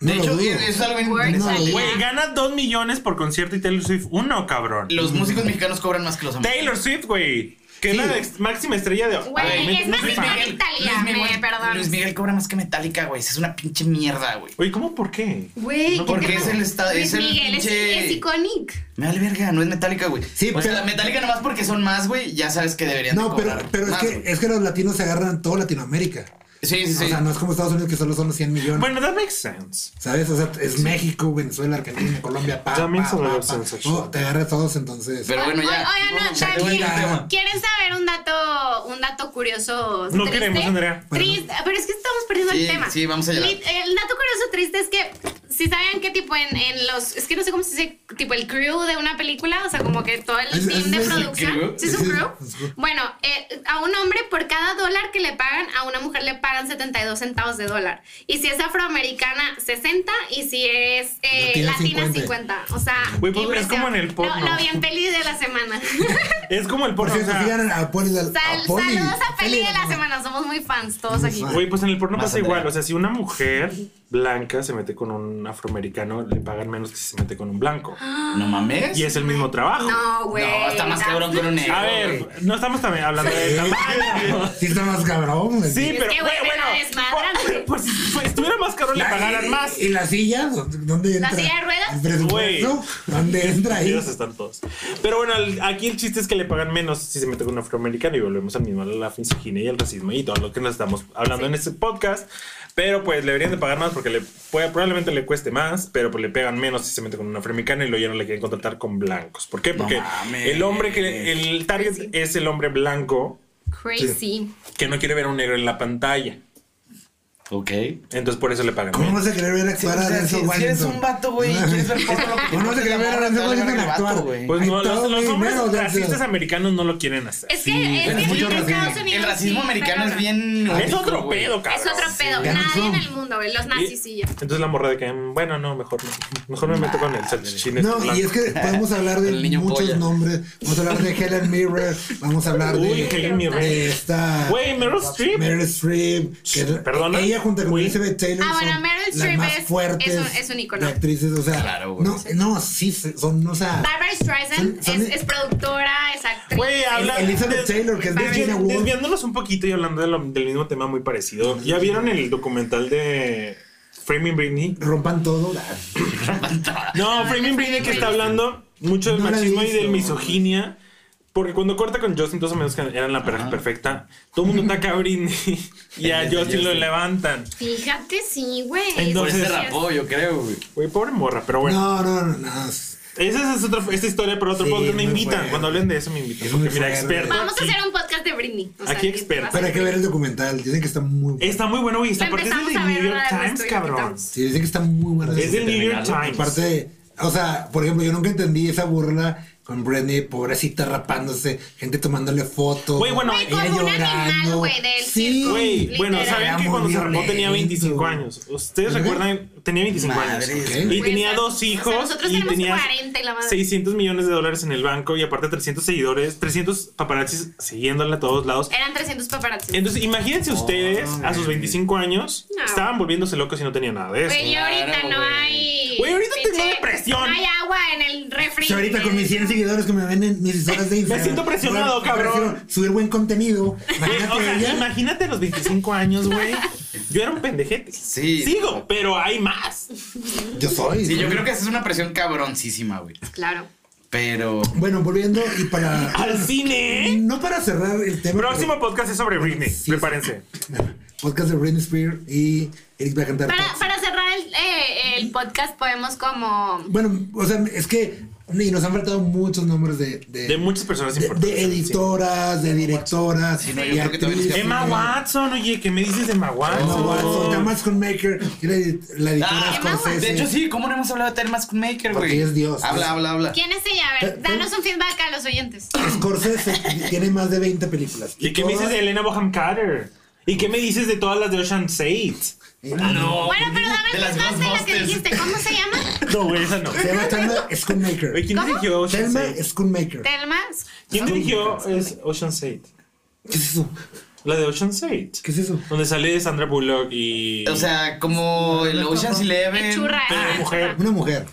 S1: No
S3: De
S1: lo
S3: hecho,
S1: dudo.
S3: es algo
S4: Word
S3: interesante.
S1: no,
S2: Güey, gana 2 millones por concierto y Taylor Swift uno, cabrón.
S3: Los músicos mexicanos cobran más que los americanos.
S2: Taylor Swift, güey. Que es
S1: Sí.
S2: la ex- máxima estrella de.
S4: Güey,
S2: Ay,
S4: es
S2: no
S4: más
S2: soy
S4: bien
S2: fan.
S4: que- Italia, me- perdón.
S3: Luis Miguel cobra más que Metallica, güey. Es una pinche mierda, güey.
S2: Oye, ¿cómo por qué?
S4: Güey,
S3: No,
S4: ¿qué
S3: porque
S4: te
S3: es
S4: pasa?
S3: el esta-
S4: Luis
S3: es el
S4: Miguel es-
S3: pinche-
S4: es icónico.
S3: Me vale verga, no es Metallica, güey.
S1: Sí,
S3: o sea,
S1: pero-
S3: Metallica nomás porque son más, güey, ya sabes que deberían de
S1: No, pero,
S3: cobrar
S1: pero es,
S3: más,
S1: que,
S3: güey.
S1: es que los latinos se agarran todo Latinoamérica.
S3: Sí, sí, sí.
S1: O sea, no es como Estados Unidos que solo son los 100 millones.
S2: Bueno, that makes sense.
S1: ¿Sabes? O sea, es México, Venezuela, Argentina, Colombia, pa,
S2: También
S1: pa,
S2: son
S1: pa,
S2: los
S1: pa.
S2: sensations.
S1: Oh, te agarras todos entonces.
S3: Pero bueno, ya.
S4: Oye, oye, Ah, no,
S3: Se acabó el
S1: tranquila.
S3: tema.
S4: ¿Quieren saber un dato, un dato curioso?
S2: No
S4: triste?
S2: queremos, Andrea.
S1: Bueno.
S4: Triste, pero es que estamos perdiendo
S3: Sí,
S4: el tema.
S3: sí, vamos a llegar.
S4: Lit- El dato curioso triste es que, si sabían qué tipo en, en los, es que no sé cómo se dice, tipo el crew de una película, o sea, como que todo el
S1: Es-
S4: team
S1: es-
S4: de
S1: es el
S4: producción.
S1: crew.
S4: ¿Sí es un
S1: Sí,
S4: crew?
S1: es crew.
S4: Bueno, eh, a un hombre por cada dólar que le pagan, a una mujer le pagan 72 centavos de dólar. Y si es afroamericana, 60. Y si es eh,
S1: Latina,
S4: latina, 50.
S1: 50.
S4: O sea,
S2: Güey, pues, es
S4: impresión.
S2: como en el porno.
S4: Lo, lo vi en peli de la semana. (laughs)
S2: Es como el
S1: Por
S2: porno. o
S1: cierto,
S2: sea,
S1: sigan a Ah, Poli de
S4: Sal- saludos a Peli de la semana, somos muy fans todos
S1: Muy
S4: aquí.
S1: fan.
S2: Güey, pues en el porno
S3: Más
S2: pasa
S3: Andrea.
S2: igual. O sea, si una mujer blanca se mete con un afroamericano, le pagan menos que si se mete con un blanco.
S3: No mames.
S2: Y es el mismo trabajo.
S4: Ah, No, güey.
S3: No, está más
S4: that's-
S3: cabrón que un negro.
S2: A ver, no estamos también hablando de
S3: (laughs)
S1: Sí, está más cabrón. güey.
S2: Sí,
S4: Es
S2: pero
S4: que,
S2: güey,
S4: güey, me
S2: bueno.
S4: la desmadran,
S2: por-
S4: güey.
S2: Pues si pues, estuviera más caro, le
S1: La-
S2: pagaran
S1: y-
S2: más.
S1: ¿Y la silla? ¿Dónde entra?
S4: silla de ruedas?
S1: ¿El presupuesto? ¿Dónde entra ahí?
S2: Ellos están todos. Pero bueno, el- aquí el chiste es que le pagan menos si se mete con un afroamericano y volvemos al mismo a la misoginia y al racismo y todo lo que nos estamos hablando en este podcast. Pero pues le deberían de pagar más porque le puede, probablemente le cueste más, pero pues le pegan menos si se mete con un afroamericano y luego ya no le quieren contratar con blancos. ¿Por qué? Porque
S3: mames.
S2: el hombre que el target es el hombre blanco
S4: Crazy.
S2: que no quiere ver a un negro en la pantalla.
S3: Ok.
S2: Entonces por eso le pagan
S1: ¿Cómo
S2: menos.
S1: vas a querer ver actuar a
S3: o sea,
S1: Denzel
S3: si- si eres
S1: Washington?
S3: un vato, güey,
S1: (laughs)
S3: y quieres ver porno, lo que
S1: ¿Cómo vas a
S3: te
S1: querer ver a
S3: enamora,
S1: Denzel
S3: te vale
S1: Washington
S3: verga el vato,
S1: actuar?
S3: güey.
S2: Pues
S1: Ay,
S2: no, los,
S1: todo
S2: los
S1: mi
S2: hombres
S1: dinero, Denzel.
S2: racistas americanos no lo quieren hacer.
S4: Es que
S1: Sí,
S4: es
S1: es
S4: que
S1: mucho
S4: en
S1: racismo.
S4: Estados Unidos.
S3: El
S4: sí,
S3: racismo
S4: está
S3: americano es
S4: cabrón.
S3: bien.
S2: Es
S3: único,
S2: otro
S3: güey.
S2: pedo, cabrón.
S4: Es otro pedo.
S1: Donald
S4: Nadie en
S1: Trump.
S4: el mundo, güey. Los
S2: Y-
S4: nazis Ah, sí ya.
S2: Entonces la morra de que, mm, bueno, no, mejor no. Mejor me meto con el salchichín. este
S1: No,
S2: blanco.
S1: y es que podemos hablar de
S3: El niño
S1: muchos
S3: polla.
S1: nombres. Vamos a hablar de Helen Mirren, vamos a hablar
S2: Uy,
S1: de,
S2: Helen Mirren.
S1: de esta
S2: Güey, Meryl Streep.
S1: Meryl Streep. que
S2: Sh, ¿perdona?
S1: Ella junto con
S2: Uy.
S1: Elizabeth Taylor.
S4: Ah, bueno,
S1: son
S4: Meryl
S1: las
S4: Streep
S1: más
S4: es-
S1: fuertes
S4: es un- es un ícono.
S1: de actrices, o sea,
S3: Claro, güey.
S1: no, no, sí, son, o sea,
S4: Barbara Streisand
S1: Son- son-
S4: es, es productora, es actriz.
S2: Güey, habla-
S1: Elizabeth
S2: des-
S1: Taylor, que es
S2: desvi-
S1: Virginia Woolf.
S2: Desviándonos un poquito y hablando de lo- del mismo tema muy parecido. ¿Ya vieron el documental de Framing Britney?
S1: rompan todo.
S2: No, Framing Britney que está hablando mucho del
S1: No la he
S2: machismo y
S1: visto.
S2: del misoginia. Porque cuando corta con Justin, todos amigos que eran la pareja perfecta, todo el mundo ataca a Britney
S1: (laughs)
S2: y a Justin lo levantan.
S4: Fíjate, sí, güey.
S3: (laughs) Por
S2: Entonces-
S4: Sí,
S3: ese
S4: es-
S3: rapó, yo creo, güey.
S2: Güey, pobre morra, pero bueno.
S1: No, no, no, no. es-
S2: Esa es otra, esta historia para otro
S1: Sí,
S2: podcast. Me
S1: muy
S2: invitan.
S1: fuerte.
S2: Cuando hablen de eso, me invitan.
S1: Es
S2: Porque
S1: muy
S2: mira,
S1: fuerte.
S2: experto.
S4: Vamos a
S2: aquí.
S4: hacer un podcast de Britney. O sea,
S2: Aquí
S4: que
S2: experta.
S4: va a
S1: Pero hay
S4: ser
S1: que ver el documental. Dicen que está muy bueno.
S2: Está muy bueno, güey. Esta
S4: Lo
S2: parte es del
S4: empezamos a ver,
S2: New York
S4: ¿verdad? Lo
S2: Times,
S4: estoy
S2: cabrón.
S4: invitando.
S1: Sí, dicen que está muy bueno.
S2: Es del New York Times.
S1: Aparte, o sea, por ejemplo, yo nunca entendí esa burla con Britney, pobrecita rapándose, gente tomándole fotos.
S2: Güey, bueno,
S4: Güey, como un animal, güey, del
S1: Sí,
S4: circo.
S2: Güey, bueno,
S4: Literal.
S2: ¿saben
S1: Era
S2: que
S1: muy
S2: cuando se rapó
S1: violento.
S2: tenía 25 años? ¿Ustedes
S1: ¿Verdad?
S2: recuerdan? Tenía 25
S3: Madres,
S2: años.
S1: ok.
S2: Y
S1: Güey,
S2: tenía
S4: o sea,
S2: dos
S4: o sea,
S2: hijos.
S4: nosotros
S2: y
S4: tenemos
S2: tenía
S4: 40 y la madre.
S2: 600 millones de dólares en el banco. Y aparte, 300 seguidores, 300 paparazzis siguiéndola a todos lados.
S4: Eran 300 paparazzi.
S2: Entonces, imagínense
S1: Oh,
S2: ustedes a sus 25 años.
S4: No.
S2: Estaban volviéndose locos y no tenían nada de eso.
S4: Güey, Pues yo ahorita
S3: Claro,
S4: no
S3: güey.
S4: hay.
S2: Güey, ahorita tengo
S4: pinche-
S2: depresión.
S4: No hay agua en el refri.
S1: Yo ahorita con mis 100 seguidores que me ven en mis historias de Instagram.
S2: siento presionado,
S1: Bueno,
S2: cabrón.
S1: prefiero Subir buen contenido.
S2: Güey,
S1: Imagínate
S2: o sea,
S1: ella.
S2: imagínate a los 25 años, güey. Yo era un pendejete.
S3: Sí.
S2: Sigo, pero hay más.
S1: Yo soy.
S3: Sí, yo creo que esa es una presión cabroncísima, güey.
S4: Claro.
S3: Pero.
S1: Bueno, volviendo y para.
S2: Al cine. ¿eh?
S1: No para cerrar el tema.
S2: ¿Ah, Próximo podcast es sobre Britney.
S1: Sí.
S2: Prepárense.
S1: pero- (laughs) Podcast de Britney Spears y Eric va a cantar.
S4: Para,
S1: Toxic.
S4: para cerrar el, eh, el podcast, podemos como.
S1: Bueno, o sea, es que y nos han faltado muchos nombres de, de,
S2: De muchas personas
S1: de-
S2: importantes.
S1: de editoras, de directoras,
S3: no, yo
S1: de
S3: creo que todavía nos
S1: actrices.
S3: queda
S2: Emma Watson, oye, ¿qué me dices de Emma Watson?
S1: Oh. Emma Watson, Thomas Conmaker, que era edi- la editora
S3: Ah,
S4: Emma Watson.
S1: Scorsese.
S3: De hecho, sí, ¿cómo no hemos hablado de Termas con Maker, güey?
S1: Porque es Dios.
S3: Habla, habla, habla.
S4: ¿Quién es ella? A
S1: Eh,
S4: ver, danos
S1: eh.
S4: un feedback a los oyentes.
S1: Scorsese tiene más de 20 películas.
S2: ¿Y qué me dices
S1: todas-
S2: de Elena Boham Carter? ¿Y qué me dices de todas las de Ocean's 8?
S1: Oh,
S3: No.
S4: Bueno, pero
S3: De
S4: dame más
S3: las
S4: de la que
S3: Ghostbusters.
S4: dijiste. ¿Cómo se
S2: (laughs)
S4: llama?
S2: No, güey, esa no.
S1: eh, Se llama Thelma
S2: Oye,
S1: Schoonmaker.
S2: ¿Quién
S4: ¿Cómo?
S2: dirigió Ocean's
S1: Thelma
S2: 8?
S1: Schoonmaker.
S4: Telma.
S2: ¿Quién dirigió es Ocean's 8?
S1: ¿Qué es eso?
S2: La de Ocean's 8.
S1: ¿Qué es eso?
S2: Donde sale Sandra Bullock y.
S3: O sea, como el Ocean's
S4: Qué
S3: Eleven.
S4: churra.
S2: Pero
S4: ah,
S2: Eh, mujer.
S4: churra.
S1: Una mujer.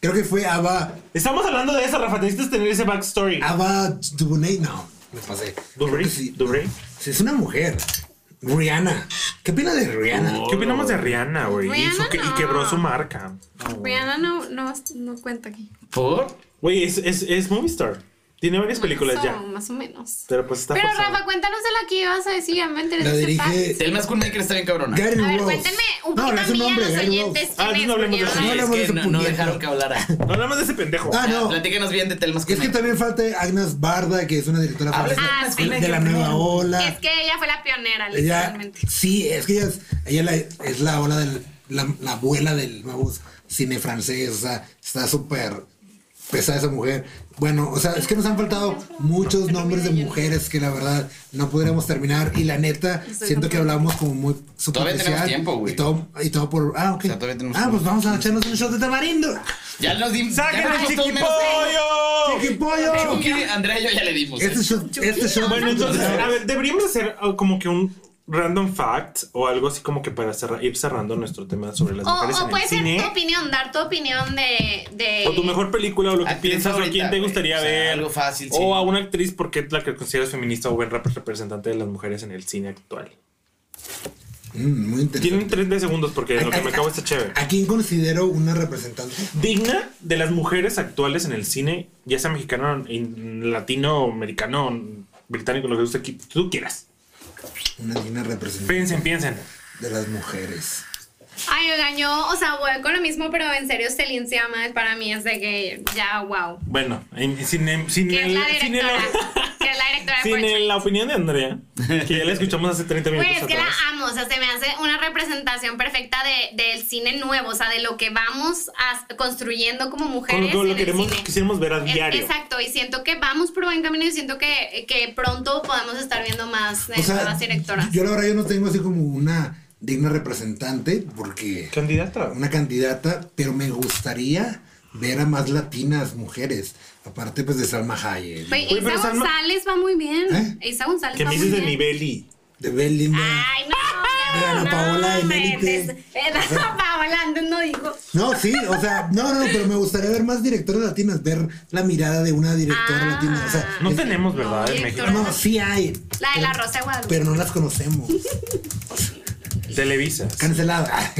S1: Creo que fue Ava.
S2: Estamos hablando de eso, Rafa. Necesitas tener ese backstory.
S1: Ava Duvernay. No, me pasé. Ah, Creo
S2: Dubrey.
S1: que sí.
S2: Dubrey.
S1: Sí, es una mujer. Rihanna. ¿Qué opina de Rihanna?
S2: ¿Qué opinamos de Rihanna, güey?
S4: Rihanna
S2: Hizo que- Y
S4: no.
S2: quebró su marca.
S4: Rihanna no, no, no cuenta aquí.
S3: ¿Por?
S2: Güey, es, es, es Movistar. Tiene varias películas
S4: Eso,
S2: ya.
S4: Más o menos.
S2: Pero pues está
S4: Pero
S2: forzado.
S4: Rafa, cuéntanos de la que ibas a decir. Ya me interesa
S1: La
S4: ese
S1: dirige
S4: fact.
S3: Selma Schoonmaker está bien cabrona.
S1: Gary
S4: A ver,
S1: Rose.
S4: cuéntenme un
S1: no,
S4: poquito
S1: no es
S4: a
S1: un
S4: mí y a
S1: nombre,
S4: los
S1: Gary Rose.
S4: oyentes.
S2: Ah, entonces
S4: quién es,
S2: no hablemos de
S4: porque
S1: No
S2: eso.
S4: yo
S3: Sí, es
S1: hablamos de
S3: que
S1: ese
S3: no, no
S1: puñeto.
S3: dejaron que hablara.
S2: No hablamos de ese pendejo.
S1: Ah, no.
S3: Platíquenos bien de Telma
S1: Es que
S3: Schoonmaker.
S1: también falta Agnes Barda, que es una directora
S3: Hablas de
S1: francesa,
S4: Ah,
S3: Telma
S4: sí.
S1: de
S3: Schoonmaker
S1: la
S3: primero.
S1: nueva
S2: Ah.
S1: ola.
S4: Es que ella fue la pionera,
S1: Ella,
S4: literalmente.
S1: sí, es que ella es, ella la- es la ola del, la, la abuela del nuevo cine francés, o sea, está súper pesada esa mujer. Bueno, o sea, es que nos han faltado muchos nombres de mujeres que la verdad no podríamos terminar y la neta, siento que hablamos como muy
S3: Todavía tenemos
S1: superficial.
S3: tiempo, güey.
S1: Y todo, y todo por... Ah, ok.
S3: sea, todavía tenemos
S1: ah,
S3: tiempo.
S1: pues vamos a echarnos un shot de tamarindo.
S3: Ya nos dimos.
S2: ¡Saquen
S3: ya
S2: al
S3: nos dimos todo menos-
S2: chiquipollo!
S1: ¡Qué pollo!
S3: Chucky, Andrea y yo ya le dimos. ¿eh?
S1: Este shot, este shot.
S2: Bueno, entonces, a ver, deberíamos hacer ah, como que un random fact o algo así como que para cerrar, ir cerrando nuestro tema sobre las mujeres
S4: O, o
S2: en el
S4: puede ser
S2: cine.
S4: tu opinión, dar tu opinión de. de-
S2: O tu mejor película, o lo que
S3: Actriz
S2: piensas, o
S3: favorita,
S2: quién te
S3: güey.
S2: gustaría
S3: O sea,
S2: ver.
S3: algo fácil,
S2: O
S3: sí.
S2: a una actriz, porque es la que consideras feminista o buen rap- representante de las mujeres en el cine actual.
S1: Mm, muy interesante.
S3: (laughs)
S2: Tienen 30 segundos porque lo que me acabo está chévere.
S1: ¿A quién considero una representante?
S2: Digna de las mujeres actuales en el cine, ya sea mexicano, in- latino, americano, británico, lo que usted qui- tú quieras.
S1: Una digna representante
S2: Piensen, piensen.
S1: de las mujeres.
S4: Ay, oigan, yo, o sea, voy con lo mismo, pero en serio, Celine Siama para mí es de que ya, wow.
S2: Bueno, en- sin, em- sin
S4: Que es
S2: el-
S4: la
S2: sin el-
S4: directora.
S2: (laughs)
S4: que es la directora de
S2: sin
S4: Fortune.
S2: el- la opinión de Andrea, que ya la escuchamos hace 30 minutos.
S4: Pues es que la
S2: atrás.
S4: amo, o sea, se me hace una representación perfecta de, del cine nuevo, o sea, de lo que vamos a- construyendo como
S2: Con
S4: mujeres.
S2: lo que lo
S4: en
S2: queremos,
S4: el cine.
S2: quisiéramos ver a
S4: Es-
S2: diario.
S4: exacto, y siento que vamos por buen camino y siento que, que pronto podamos estar viendo más de
S1: O sea,
S4: nuevas directoras.
S1: Yo la verdad yo no tengo así como una digna representante porque
S2: Candidata.
S1: una candidata, pero me gustaría ver a más latinas mujeres, aparte pues de Salma Hayek,
S4: Güey,
S2: Oye,
S4: Isa
S2: pero Salma-
S4: González va muy bien.
S1: ¿Eh?
S4: Isa González
S2: Que
S4: va
S2: me
S4: muy
S2: dices
S4: bien.
S2: de Nibeli.
S1: de Belinda.
S4: Ay, no.
S1: De Ana Paola en Élite.
S4: (laughs) Ana Paola, antes no dijo.
S1: No, sí, o sea, no, no, pero me gustaría ver más directoras latinas, ver la mirada de una directora
S4: Ah.
S1: latina, o sea,
S2: No
S1: es-
S2: tenemos, ¿verdad? en México.
S4: directora.
S1: no, sí hay,
S4: La de la Rosa de Guadalupe.
S1: pero no las conocemos.
S2: Televisa.
S4: (laughs)
S1: Cancelada.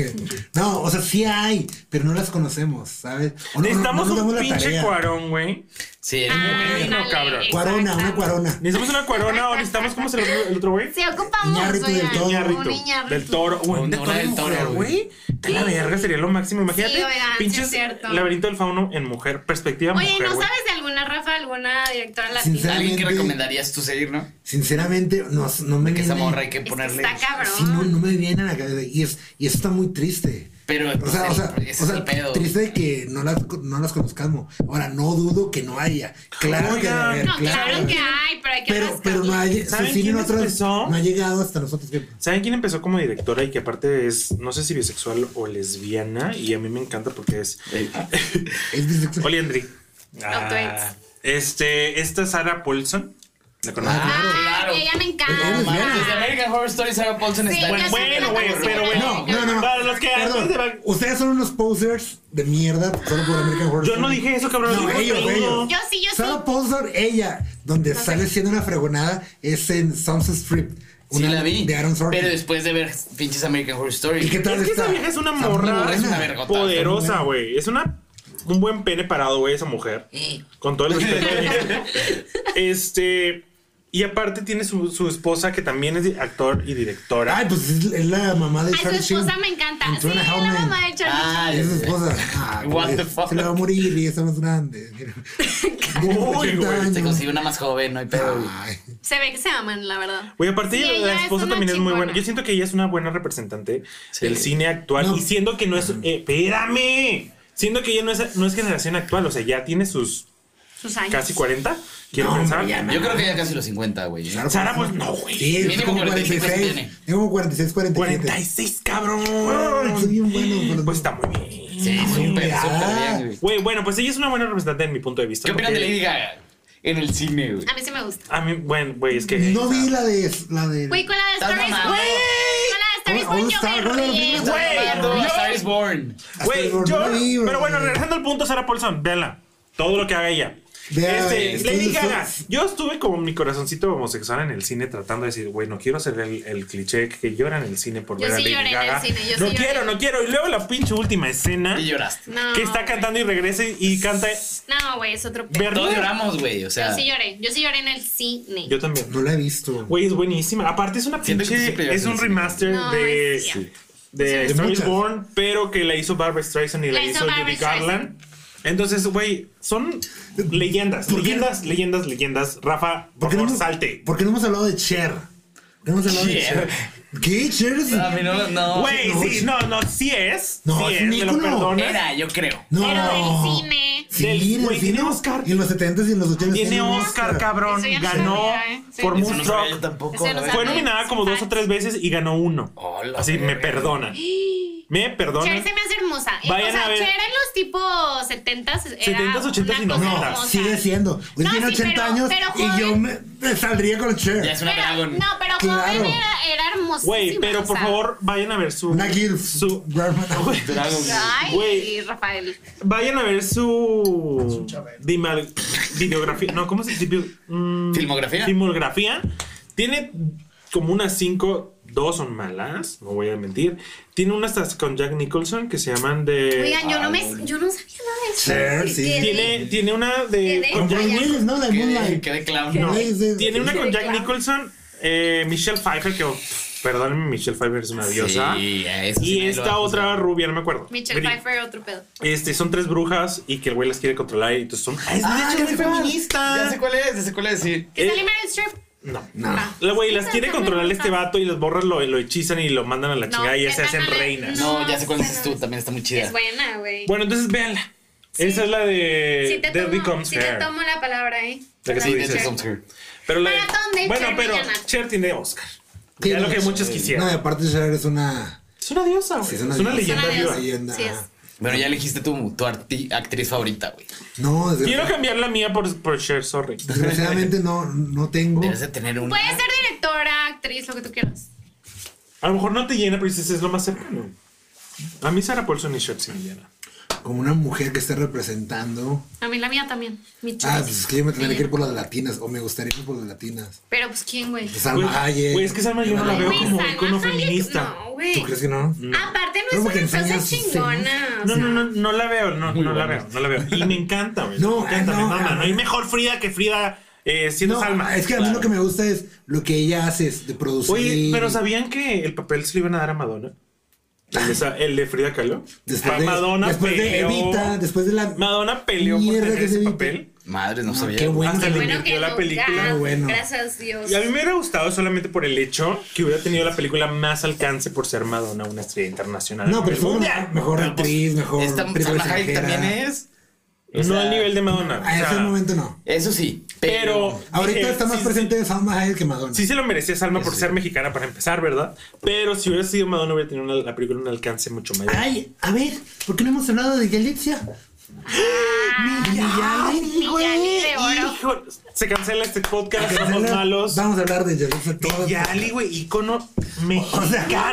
S1: No, o sea, sí hay, pero no las conocemos, ¿sabes? O no- no-
S2: Necesitamos
S1: no nos damos
S2: un
S1: la
S2: pinche
S1: tarea.
S2: cuarón, güey.
S3: Sí, es
S4: Ah,
S2: mujer, no,
S4: ándale,
S2: cabrón.
S1: Cuarona, una
S4: exacto.
S1: cuarona.
S2: Necesitamos una cuarona o necesitamos, ¿cómo se llama el otro güey?
S4: Sí, ocupamos.
S1: Iñárritu del
S4: oigan,
S1: Toro.
S4: un
S2: Iñárritu. Del
S4: Iñárritu.
S2: toro. Güey,
S3: Un
S2: de
S3: Dora
S2: toro,
S3: del
S2: en
S3: Toro,
S2: mujer, güey. De la verga sería lo máximo. Imagínate.
S4: Sí, oigan, sí
S2: pinches
S4: es cierto.
S2: laberinto del fauno en mujer. Perspectiva
S4: Oye, ¿y
S2: mujer.
S4: ¿no
S2: güey.
S4: sabes de alguna, Rafa, alguna directora
S1: Sin
S4: latina?
S1: ser-
S3: ¿Alguien que
S1: Realmente-
S3: recomendarías tú seguir, no?
S1: Sinceramente, no, no me
S3: Que
S1: viene.
S3: esa morra hay que
S4: Es que
S3: ponerle.
S4: está cabrón.
S1: Sí, no, no me viene a la cabeza. Y, es, y eso está muy triste.
S3: Pero
S1: O sea, o sea,
S3: ese es
S1: o sea,
S3: el pedo.
S1: triste de que no las, no las conozcamos. Ahora, no dudo que no haya. Claro que debe
S2: Oigan.
S1: haber,
S4: No, claro que
S1: debe haber.
S4: hay, pero hay que
S1: Pero,
S4: rascar.
S1: pero no, hay,
S2: ¿Saben
S1: su cine
S2: quién
S1: no, ha trans-
S2: empezó?
S1: no ha llegado hasta nosotros. ¿qué?
S2: ¿Saben quién empezó como directora y que aparte es, no sé si bisexual o lesbiana? Y a mí me encanta porque es.
S1: Es bisexual.
S2: Oli Andri.
S4: Ah,
S2: este, esta es Sara Paulson. ¿La conoces?
S1: Ah,
S4: Ay,
S3: Claro.
S4: ella me
S1: Ella
S4: encanta.
S1: es lesbiana.
S3: Desde American Horror Story, Sarah Paulson
S4: Sí,
S3: está
S4: yo
S2: Bueno,
S4: sé que
S2: bueno,
S4: la
S2: güey,
S4: conozco,
S2: pero bueno.
S1: No, no, no.
S2: Para los que antes de
S1: Perdón,
S2: Van-
S1: ustedes son unos posers de mierda solo por American Horror
S2: Yo no
S1: Story.
S2: dije eso, cabrón.
S1: No,
S2: dijo
S1: ellos,
S2: todo.
S1: ellos.
S4: Yo sí, yo sí.
S1: Sarah Paulson, ella, donde sale siendo una fregonada, es en Sunset Strip.
S3: Sí,
S1: una
S3: la vi.
S1: De Aaron Sorkin.
S3: Pero después de ver pinches American Horror
S1: ¿Y qué
S3: Story.
S1: tal
S2: Es que
S1: está?
S2: esa vieja es una
S1: Está
S2: morra.
S1: muy
S3: Es una
S1: buena.
S3: vergota.
S2: Poderosa, güey. Es una un buen pene parado, güey, esa mujer. Con todo el respeto.
S4: (laughs)
S2: este. Y aparte tiene su, su esposa que también es di- actor y directora.
S1: Ay, pues es, es la mamá de
S4: Ay, su
S1: Charlie Sheen.
S4: esposa me encanta.
S1: En
S4: Sí,
S1: Two and a Half
S4: la
S1: Men.
S4: mamá de Charlie.
S3: Ah,
S1: Es su
S3: (laughs)
S1: esposa. Ah,
S3: What
S1: pues,
S3: the fuck.
S1: Se le va a morir y está más grande. Mira. Tiene
S2: Uy,
S1: 80
S2: güey,
S1: años.
S3: se consigue una más joven, no hay pedo. güey.
S1: Ay.
S4: Se ve que se aman, la verdad.
S2: Güey, aparte
S4: Sí,
S2: la
S4: ella es
S2: esposa
S4: una
S2: también es muy buena.
S4: chingona.
S2: Yo siento que ella es una buena representante
S3: Sí.
S2: del cine actual.
S1: No.
S2: Y siendo que no es. eh, espérame. Siendo que ella no es, no es generación actual. O sea, ya tiene sus.
S4: sus años.
S2: casi 40, quiero
S1: No,
S2: pensar.
S1: hombre, ya no.
S3: Yo creo que ya casi los 50, güey. ¿eh?
S1: Claro,
S2: Sara,
S1: pues,
S2: pues no, güey.
S1: Sí, es
S3: Mínimo
S1: como
S3: 45
S1: 46.
S3: tiene.
S1: Es como 46, 47.
S2: 46, cabrón.
S1: Ay, qué bien bueno, con los-
S2: Pues está muy bien.
S3: Sí, súper,
S1: ya.
S3: súper bien, güey.
S2: Güey, bueno, pues ella es una buena representante en mi punto de vista.
S3: ¿Qué opinan de
S2: porque
S3: Lady Gaga en el cine, güey?
S4: A mí sí me gusta.
S2: A mí, bueno, güey, es que.
S1: No vi la de. La de
S4: Güey, con la de
S3: Estás
S4: Stories,
S3: mamando.
S4: güey.
S2: Oh,
S4: Con la de Stories,
S1: All- All Star,
S4: güey, yo
S1: All
S4: me
S1: Star, All
S4: reí. güey.
S2: Star.
S3: Cuando
S2: yo-
S3: A Star is Born.
S2: Güey,
S1: Hasta el
S2: yo.
S1: Rodrigo, güey.
S2: Pero bueno, regresando al punto, Sara Paulson, véanla. Todo lo que haga ella.
S1: Vea,
S2: Este,
S1: estoy
S2: Lady
S1: de-
S2: Gaga. Yo estuve como mi corazoncito homosexual en el cine tratando de decir, güey, no quiero ser el, el cliché que llora en el cine por
S4: Yo
S2: ver
S4: sí
S2: a
S4: lloré
S2: Lady
S4: en
S2: Gaga.
S4: el cine, yo
S2: no
S4: sí lloré.
S2: quiero, no quiero. Y luego la pinche última
S4: ¿Eh?
S2: escena
S3: Y lloraste.
S4: No,
S2: que está
S4: güey.
S2: cantando y regresa y canta.
S4: No, güey, es otro pedo.
S2: Ver-
S3: Todos lloramos, güey. O
S4: Yo
S3: sea,
S4: sí lloré. Yo sí lloré en el cine.
S2: Yo también.
S1: No la he visto.
S2: Güey, es buenísima. Aparte es una
S3: Siento que
S2: pinche-
S3: siempre llegas
S2: es
S3: al
S2: un
S3: cine.
S2: remaster
S4: No,
S2: de,
S4: es- sí.
S2: de
S1: Sí.
S2: Star is
S1: Muchas.
S2: Born, pero que la hizo Barbara Streisand y la,
S4: La hizo
S2: hizo Judy
S4: Barbra Streisand.
S2: Garland. Entonces, güey, son leyendas,
S1: ¿Por qué?
S2: leyendas, leyendas, leyendas. Rafa, por,
S1: qué no
S2: favor,
S1: hemos-
S2: salte.
S1: ¿Por qué no hemos hablado de Cher? ¿Por qué no hemos hablado
S3: Cher.
S1: de Cher? ¿Qué? ¿Cher es-
S3: a mí no, no.
S2: Güey,
S1: no,
S2: sí,
S1: sí.
S2: no, no, sí es.
S1: No,
S2: sí
S1: es
S2: es,
S1: un
S2: me lo
S1: ícono.
S2: perdonas.
S3: Era, yo creo.
S1: No.
S4: Pero del cine.
S1: Sí,
S2: Del-
S1: en el
S2: güey,
S1: cine.
S2: tiene Oscar.
S1: Y en los 70s y en los 80s.
S2: Tiene Oscar, cabrón.
S4: Eso ya no
S2: Ganó
S4: sabía, ¿eh? Sí.
S2: por
S4: Eso no
S2: Moonstruck.
S5: tampoco.
S4: Ese no
S5: la
S4: sabe.
S2: Fue
S4: Ay,
S2: nominada como dos o tres veces y ganó uno.
S3: Hola,
S2: Así, me
S4: (gasps)
S3: verga.
S2: perdonan. Me
S4: Cher
S2: perdonan.
S4: se me hace hermosa. Eh,
S2: Vayan
S4: o sea,
S2: a ver.
S4: Cher en los tipo 70s era
S2: 70s, 80s y
S4: una cosa
S2: 90s.
S4: hermosa.
S1: Sigue siendo. Hoy
S4: No,
S1: tiene
S4: sí,
S1: 80
S4: pero-
S1: años
S4: pero
S1: y
S4: joven.
S1: yo me, me saldría con Cher.
S3: Ya es una
S4: Pero-
S3: dragón.
S4: no, pero
S1: Claro.
S4: joven era, era hermosísima.
S2: Güey, pero
S4: o
S2: por
S4: sea.
S2: favor, vayan a ver su.
S1: Una Gilf.
S2: Su, (laughs)
S1: Garment.
S3: Dragón.
S4: Ay,
S2: Güey.
S4: Rafael.
S2: Vayan a ver su. Dima- Videografía. No, ¿cómo se dice? Mm,
S3: Filmografía.
S2: Filmografía. Tiene como unas cinco. Dos son malas, no voy a mentir. Tiene unas tas- con Jack Nicholson que se llaman de.
S4: Oigan, yo no, me, yo no sabía nada de eso.
S1: Cher, sí.
S4: Quedé-
S2: Tiene, tiene una
S4: Que
S2: de.
S4: de-
S2: con
S1: Con
S2: Jack-
S1: Bruce Willis, ¿no? De
S3: Que,
S1: Moonlight.
S3: que de clown.
S1: No.
S3: No.
S1: Ahí sí.
S2: Tiene una con
S4: Sí,
S2: Jack
S4: claro.
S2: Nicholson, eh, Michelle Pfeiffer, que. pff, Perdónenme, Michelle Pfeiffer es una diosa.
S3: Sí, a eso sí
S2: y
S3: nadie lo va
S2: esta
S3: a juzgar.
S2: otra rubia, no me acuerdo.
S4: Michelle
S2: Bri-
S4: Pfeiffer, otro pedo.
S2: Este, son tres brujas y que el güey las quiere controlar y entonces son. ¡Ah, es
S3: Ah,
S2: derecha,
S3: ya
S2: es
S3: sé cuál.
S2: feminista!
S3: Ya sé cuál es, ya sé cuál es, sí.
S4: ¿Que
S2: Eh,
S4: sale Meryl Streep?
S2: No.
S1: No.
S4: Ah.
S2: La güey las
S4: Sí,
S2: quiere
S4: está
S2: controlar
S4: muy
S2: este
S4: loca.
S2: vato y las borras lo, lo hechizan y lo mandan a la
S4: No,
S2: chingada y ya
S4: que
S2: se hacen
S4: nada,
S2: reinas.
S4: No,
S3: No, ya sé cuál es
S4: bueno.
S3: tú, también está muy chida.
S4: Es buena, güey.
S2: Bueno, eh, entonces véanla. Esa es la de
S4: Sí te,
S2: Death
S4: tomo,
S2: Becomes
S4: sí te
S2: Her.
S4: tomo la palabra, ¿eh?
S2: La que tú
S4: Para
S3: Sí,
S4: Cher.
S3: de
S2: dices.
S3: Tom Hanks.
S2: Pero la de-
S4: Maratón de
S2: bueno,
S4: Cher
S2: pero
S4: Millana.
S2: Cher tiene Oscar.
S1: Sí,
S2: Ya lo
S1: no,
S2: que
S1: sí.
S2: muchos
S1: No, y
S2: quisieran.
S1: aparte Cher es una.
S2: Es una diosa, güey.
S1: sí,
S2: Es una, leyenda
S4: Es una
S2: viva.
S4: diosa.
S1: leyenda.
S4: Sí es.
S3: Bueno, ya elegiste tu, tu arti- actriz favorita, güey.
S1: No, desgra-
S2: Quiero cambiar la mía por, por Cher, sorry.
S1: desgraciadamente no, no tengo.
S3: Debes de tener una.
S4: Puedes ser directora, actriz, lo que tú quieras.
S2: A lo mejor no te llena, pero dices, es lo más cercano. A mí Sarah Paulson y Cher sí me llena.
S1: Como una mujer que esté representando.
S4: A mí la mía también. Mi choice.
S1: Ah, pues es que yo me tendría que ir por las latinas. O me gustaría ir por las latinas.
S4: Pero pues, ¿quién, güey?
S1: Salma
S2: Güey,
S1: Hayek.
S2: güey, es que Salma yo no la veo
S4: Güey,
S2: como
S4: Salma
S2: icono
S4: Hayek,
S2: feminista.
S4: No, güey.
S1: ¿Tú crees que no?
S4: Aparte
S1: Pero
S4: no
S1: porque
S4: es una
S1: enseña
S4: cosa
S1: sus
S4: chingona. o
S2: No,
S4: sea.
S2: no, no, no la veo, no, no la
S3: buena.
S2: veo, no la veo. Y me encanta, güey.
S1: No,
S2: me encanta,
S1: ah,
S2: me
S1: no,
S2: mama.
S1: ah,
S2: No hay mejor Frida que Frida eh, siendo
S1: No,
S2: Salma.
S1: es que a mí
S3: Claro.
S1: lo que me gusta es lo que ella hace, es de producir.
S2: Oye, pero ¿sabían que el papel se lo iban a dar a Madonna? El de, esa- el de Frida Kahlo.
S1: Después
S2: Pa-
S1: de,
S2: Madonna
S1: después de
S2: peleó.
S1: Evita, después de la.
S2: Madonna peleó por
S1: mierda
S2: tener
S1: que es
S2: ese
S1: Evita.
S2: papel.
S3: Madre, no
S1: Ah,
S3: sabía.
S1: qué
S3: güey.
S1: bueno.
S2: Hasta le
S4: Bueno,
S2: invirtió
S4: que
S2: la
S4: no,
S2: película.
S4: ya,
S1: bueno.
S4: Gracias Dios.
S2: Y a mí me hubiera gustado solamente por el hecho que hubiera tenido la película más alcance por ser Madonna una estrella internacional.
S1: No, pero fue una
S2: Mundial.
S1: mejor
S3: Pero, pues,
S1: actriz, mejor.
S3: Esta
S1: película
S3: Salma Hayek
S1: extranjera.
S3: también ¿eh? es. O
S2: no
S3: sea,
S2: al nivel de Madonna.
S1: A
S2: o
S1: ese
S2: sea,
S1: momento no.
S3: Eso sí, pero.
S2: Pero.
S1: Ahorita
S2: dije,
S1: está más
S2: sí,
S1: presente Salma Hayek que Madonna.
S2: Sí se lo merecía Salma por
S3: Sí.
S2: ser mexicana para empezar, ¿verdad? Pero si hubiera sido Madonna hubiera tenido una- la película un alcance mucho mayor.
S1: Ay, a ver, ¿por qué no hemos hablado de Galicia? Mi Yalitza, güey.
S4: Yali de oro.
S2: Hijo, se cancela este podcast, somos
S1: Vamos a-
S2: malos.
S1: Vamos a hablar de Yalitza todo.
S2: Yali, güey, ícono
S1: O
S2: mexicano.
S1: sea-
S2: Güey,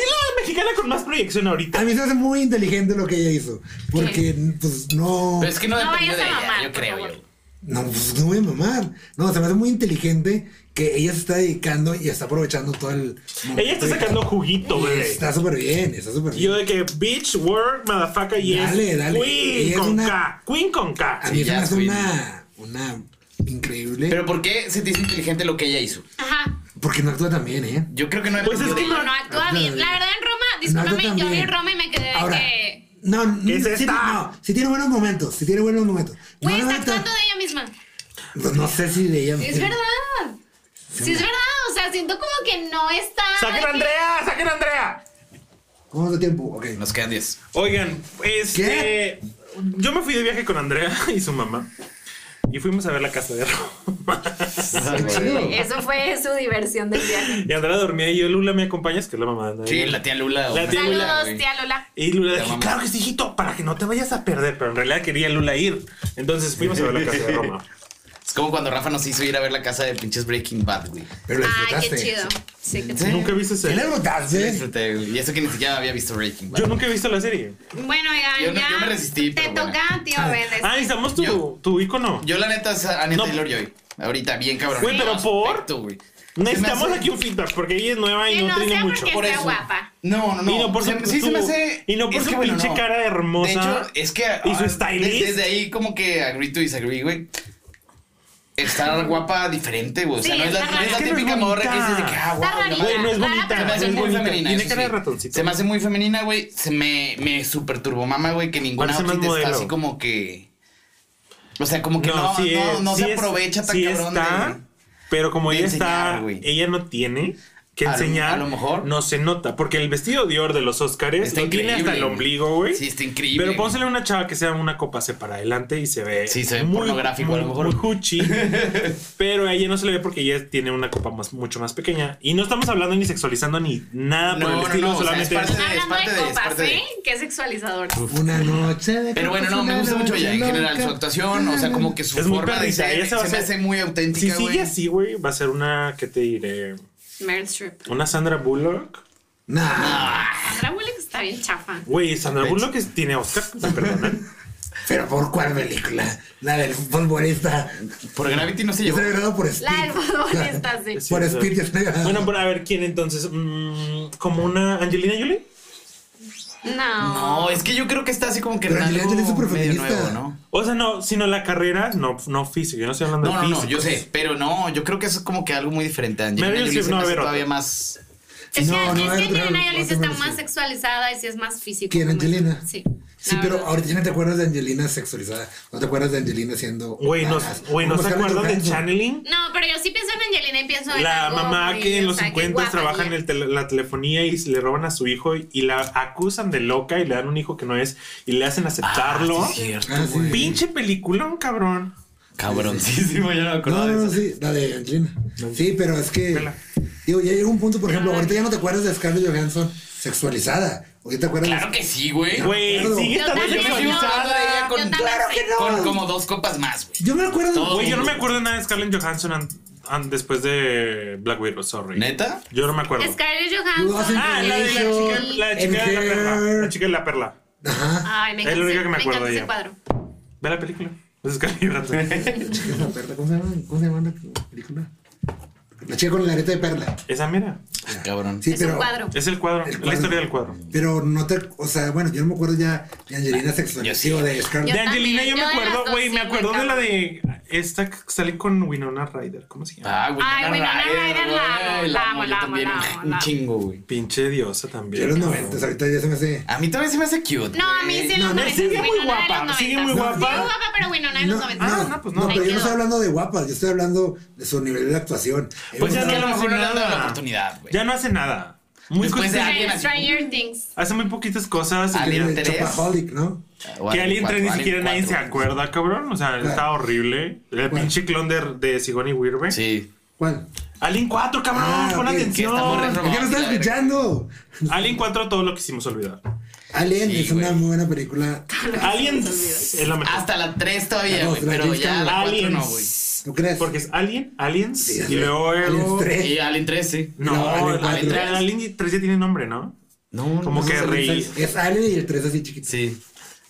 S2: es la mexicana con más proyección
S1: A
S2: ahorita.
S1: mí se hace muy inteligente lo que ella hizo. Porque, pues, no.
S3: Pero es que no
S4: No
S3: dependió
S4: vayas
S3: de
S4: a
S3: ella,
S4: mamar,
S3: yo
S4: por
S3: creo.
S4: favor.
S3: yo.
S1: No, pues no voy a mamar. No, se me hace muy inteligente que ella se está dedicando y está aprovechando todo el. momento.
S2: Ella está sacando juguito, güey.
S1: Está súper bien, está súper bien.
S2: Yo de que bitch, work, motherfucker, yes.
S1: Dale, dale.
S2: Queen
S1: Ella es
S2: con
S1: una-
S2: K. Queen con K.
S1: A mí
S3: Sí,
S1: se me
S3: ya,
S1: hace
S3: güey.
S1: una, una increíble.
S3: Pero ¿por qué se te hizo inteligente lo que ella hizo?
S4: Ajá.
S1: porque no actúa también, ¿eh?
S3: Yo creo que no
S2: Pues es
S3: dependió
S2: que
S3: de
S4: No,
S3: ella.
S4: no actúa bien. La verdad en Roma, discúlpame, yo vi en Roma y me quedé de
S1: Ahora,
S4: que.
S1: No, no,
S2: ¿Qué es
S1: sí,
S2: esta?
S1: no, sí tiene buenos momentos, sí tiene buenos momentos. No,
S4: Güey,
S1: no,
S4: está
S1: no,
S4: actuando de ella misma.
S1: no, no sé si de ella.
S4: Es verdad. Sí, es verdad. O sea, siento como que no está.
S2: ¡Saquen a Andrea! ¡Saquen a Andrea!
S1: ¿Cómo de tiempo? Ok.
S3: Nos quedan 10.
S2: (laughs) Oigan, este. Yo me fui de viaje con Andrea y su mamá. Y fuimos a ver la casa de Roma.
S3: (laughs)
S4: Eso fue su diversión del viaje.
S2: y Andrea dormía y yo, Lula, ¿me acompañas? Que es la mamá de Andrea.
S3: Sí, la tía Lula.
S2: La
S3: una-
S2: tía Lula,
S4: Saludos,
S3: güey.
S4: tía Lola.
S2: Y Lula
S3: La
S2: dijo,
S3: mamá.
S2: claro que sí, hijito, para que no te vayas a perder. Pero en realidad quería Lula ir. Entonces fuimos a ver la casa de
S3: (laughs)
S2: Roma.
S3: Es como cuando Rafa nos hizo ir a ver la casa de pinches Breaking Bad, güey.
S1: Pero lo
S4: Ay,
S1: disfrutaste.
S4: qué chido. Sí, qué chido.
S2: Nunca viste ese.
S1: ¿Qué le
S3: Sí,
S1: disfrutaste?
S3: disfruté, güey. Y eso que ni siquiera había visto Breaking Bad.
S2: Yo nunca he visto la serie.
S4: Bueno, oigan,
S3: Yo no-
S4: ya.
S3: yo me resistí,
S4: Te
S3: pero bueno.
S4: toca, tío Ben.
S2: Ah, necesitamos
S3: Yo-
S2: tu, tu ícono.
S3: Yo la neta es Anya
S2: No.
S3: Taylor Joy. Ahorita, bien cabrón.
S2: Güey, pero
S3: No,
S2: por-
S3: aspecto, güey. Se
S2: Necesitamos
S3: me hace-
S2: aquí un feedback porque ella es nueva y
S4: Que
S2: no,
S4: no
S2: tiene
S4: sea
S2: mucho.
S4: porque- sea guapa.
S3: No, no, no.
S2: Y no por
S3: Se-
S2: su-
S3: sí, se me
S2: su-
S3: hace.
S2: y no por
S3: es
S2: su
S3: que, bueno,
S2: pinche
S3: no.
S2: cara hermosa.
S3: De hecho, es que.
S2: Y su
S3: ah,
S2: stylist.
S3: Desde, desde ahí, como que agree to disagree, güey. Estar guapa diferente, güey. O sea,
S4: Sí,
S3: no es la,
S4: está
S3: no es
S4: rara. Es
S3: la
S2: que no es
S3: típica morra que dices de que, ah,
S4: Está
S3: guau, la
S4: rarita.
S3: madre.
S2: Güey, no es
S4: Rara,
S2: bonita.
S4: pero
S3: Se
S2: no
S3: me
S2: es
S3: hace muy
S2: bonita.
S3: femenina.
S2: Tiene
S3: eso
S2: cara de
S3: sí.
S2: ratoncito.
S3: Se me hace muy femenina, güey. Se me, me super turbomama, güey, que ninguna
S2: Parece más
S3: outfit está
S2: modelo.
S3: así como que. O sea, como que
S2: No,
S3: no, no,
S2: sí es-
S3: no
S2: sí
S3: se
S2: es-
S3: aprovecha tan
S2: sí
S3: cabrón.
S2: está,
S3: de-
S2: pero como
S3: de
S2: ella
S3: enseñar,
S2: está,
S3: güey.
S2: ella no tiene que
S3: A lo-
S2: enseñar.
S3: a lo mejor.
S2: No se nota, porque el vestido Dior de los Oscars
S3: Está
S2: lo tiene
S3: increíble,
S2: hasta el
S3: güey.
S2: ombligo, güey.
S3: Sí, está increíble,
S2: Pero
S3: güey.
S2: pónsele a una chava que sea una copa hacia para adelante y se ve.
S3: Sí, se ve pornográfico, a lo mejor.
S2: Muy
S3: (laughs)
S2: huchi. pero a ella no se le ve porque ella tiene una copa más, mucho más pequeña. Y no estamos hablando ni sexualizando ni nada por
S3: No,
S2: el
S3: no,
S2: estilo,
S3: no, o sea,
S2: solamente.
S3: es parte de-
S4: Hablando de
S3: parte de- es
S4: copas,
S3: parte de-
S4: ¿eh? Qué sexualizador.
S1: Una noche de
S3: Pero bueno, no, me gusta mucho ella en general, su actuación, o sea, como que su
S2: Es muy
S3: forma de
S2: perrita,
S3: ser
S2: ella se
S3: se,
S2: va a
S3: me
S2: hacer-
S3: hace muy
S2: si
S3: auténtica, güey.
S2: sigue así, güey, va a ser una, ¿qué te diré?
S4: Meryl Streep.
S2: Una Sandra Bullock.
S1: Nah,
S4: Sandra Bullock está bien chafa.
S2: Güey, Sandra Bullock es- tiene
S3: (laughs)
S2: Oscar, me perdonan.
S1: pero ¿por cuál película? La del futbolista.
S3: Por Gravity no
S1: Yo
S3: se llevó.
S1: estoy agarrado por Speed.
S4: La del futbolista, sí.
S2: Sí,
S1: (laughs) Por
S2: o sea.
S1: Speed yo estoy
S3: ah.
S1: agarrado.
S2: Bueno, pues, pero a ver, ¿quién entonces? Mm, ¿Como una Angelina Jolie?
S4: No.
S3: No, es que yo creo que está así como que
S1: Pero
S3: en
S1: Angelina Jolie es
S3: algo
S1: súper
S3: medio
S1: feminista.
S3: nuevo, ¿no?
S2: O sea, no, sino la carrera, no, no físico. Yo no estoy hablando
S3: No, no,
S2: de
S3: no,
S2: físico.
S3: yo sé, pero no, yo creo que eso es como que algo muy diferente. Angelina
S2: Meryl
S3: Jolie
S2: Streep no
S3: se
S2: va
S3: me
S2: a
S3: hace
S2: haber
S3: todavía
S2: otra.
S3: más...
S4: Es que,
S1: No, no,
S4: es que
S1: era otra
S4: Angelina Jolie sí
S1: cosa
S4: está
S1: más
S4: más
S1: así.
S4: sexualizada y sí es más físico.
S1: ¿Quién,
S4: como
S1: Angelina?
S4: es- Sí.
S1: Sí,
S4: La
S1: pero
S4: verdad.
S1: ahorita no te acuerdas de Angelina sexualizada. No te acuerdas de Angelina siendo.
S2: Güey, no,
S3: Ah,
S1: badass.
S2: güey, ¿no
S1: Como
S2: se
S1: Scarlett
S2: acuerdan de
S1: Johansson.
S2: Channeling?
S4: No, pero yo sí pienso en Angelina y pienso en
S2: La
S4: algo
S2: mamá
S4: muy-
S2: que en
S4: o
S2: los
S4: sea, que
S2: 50
S4: guapa
S2: trabaja en
S4: ella.
S2: el tele- la telefonía y le roban a su hijo y, y la acusan de loca y le dan un hijo que no es y le hacen aceptarlo.
S3: Ah, sí, es cierto,
S1: Ah, sí.
S3: güey.
S2: Pinche peliculón, cabrón.
S3: Cabroncísimo, yo no
S1: No,
S3: me acuerdo
S1: no,
S3: de
S1: no,
S3: eso.
S1: sí, la de Angelina. Sí, pero es que.
S2: Vela.
S1: Digo, ya llegó un punto, por ejemplo, ahorita ya no te acuerdas de Scarlett Johansson sexualizada. ¿O ya te acuerdas?
S3: Claro que sí, güey.
S2: Güey,
S1: acuerdo.
S2: sigue
S1: Yo
S2: estando
S4: también, yo
S2: sexualizada.
S4: Yo también sé.
S3: Con como dos copas más, güey.
S1: Yo me acuerdo.
S3: Todo.
S2: Güey, yo no me acuerdo de nada de Scarlett Johansson an- an- después de Black Widow, sorry.
S3: ¿Neta?
S2: Yo no me acuerdo.
S4: Scarlett
S1: Lost
S4: Johansson.
S1: in
S2: Ah, la de la chica, la chica de la
S1: Hair.
S2: perla. La chica de la perla.
S1: Ajá.
S4: Ay, me
S2: Es la
S4: encanta,
S2: única
S4: ese-
S2: que me
S4: me
S2: acuerdo
S4: encanta
S2: de
S4: ese
S2: ella.
S4: cuadro.
S2: Ve la película. Es Scarlett Johansson.
S1: Chica de la perla. ¿Cómo se llama? ¿Cómo se llama la película? La chica con la areta de perla.
S2: Esa mira.
S3: Cabrón.
S1: Sí,
S4: Es
S1: pero.
S4: un cuadro.
S2: Es el cuadro.
S1: El
S2: La
S1: cuadro.
S2: historia del cuadro.
S1: Pero no te. O sea, bueno, yo no me acuerdo ya de Angelina sexualizada.
S3: Yo sí.
S1: de Scarlett.
S4: Yo
S2: De Angelina yo
S4: también,
S2: me
S4: yo de las
S2: acuerdo,
S4: dos,
S2: güey,
S4: sí,
S2: me
S4: muy
S2: acuerdo de la de esta que sale con Winona Ryder. ¿Cómo se llama?
S3: Ah, güey.
S4: Ay, Winona Ryder, la amo,
S3: güey,
S4: la amo,
S3: yo
S4: la amo,
S3: también,
S4: la
S3: un-
S4: amo, la
S3: Un
S4: amo.
S3: chingo, güey.
S2: Pinche diosa
S1: Yo en los
S2: también.
S1: 90, ahorita ya se me hace.
S3: A mí también se me hace cute.
S4: No, a mí sí en los
S1: No, no,
S4: 90.
S2: sigue muy
S4: Winona de los
S2: guapa, sigue
S4: 90.
S2: muy guapa.
S4: Sigue guapa, pero Winona de los 90.
S2: Ah, no, pues no.
S1: pero
S4: Ahí
S1: yo no estoy
S4: quedó.
S1: hablando de guapas, yo estoy hablando de su nivel de actuación.
S2: Pues ya
S3: Es que a
S2: no
S3: lo
S2: hace
S3: mejor no le han dado la
S2: nada.
S3: oportunidad, güey.
S2: Ya no hace nada. Muy
S3: Después de
S2: cosas-
S3: alguien así.
S4: Stranger Things.
S2: Hace muy poquitas cosas. y
S3: Alien
S2: que-
S1: el
S3: tres.
S1: Chopaholic, ¿no?
S3: O
S2: Que Alien
S3: alguien
S2: 3 ni
S3: cuatro,
S2: siquiera nadie
S3: alguien
S2: se
S3: cuatro.
S2: acuerda, cabrón. O sea,
S1: Claro.
S2: está horrible. El pinche clon de, de Sigourney Weaver.
S3: Sí.
S1: ¿Cuál?
S2: Alien 4, cabrón.
S1: Ah,
S2: pon
S1: ok, que
S2: atención.
S3: está muy
S1: ¿Por qué no
S3: la
S1: estás
S3: verga.
S1: escuchando?
S2: Alien 4, todo lo que hicimos olvidar.
S1: Alien
S3: Sí,
S1: es una
S3: güey.
S1: muy buena película.
S2: Alien es la mejor.
S3: Hasta la 3
S1: La
S3: todavía,
S1: dos,
S3: güey.
S1: la
S3: Pero
S1: James
S3: ya
S1: Cameron.
S3: la 4
S2: Aliens.
S3: no, güey.
S1: ¿Tú crees?
S2: Porque es Alien, Aliens
S1: Sí,
S2: y
S1: Alien.
S2: luego.
S1: Alien 3.
S3: Y Alien 3, sí.
S2: No,
S1: No, Alien
S2: el- el-
S3: cuatro.
S2: Alien 3 ya tiene nombre, ¿no?
S3: No,
S2: Como que reí.
S1: Es Alien y el 3 así chiquito.
S3: Sí.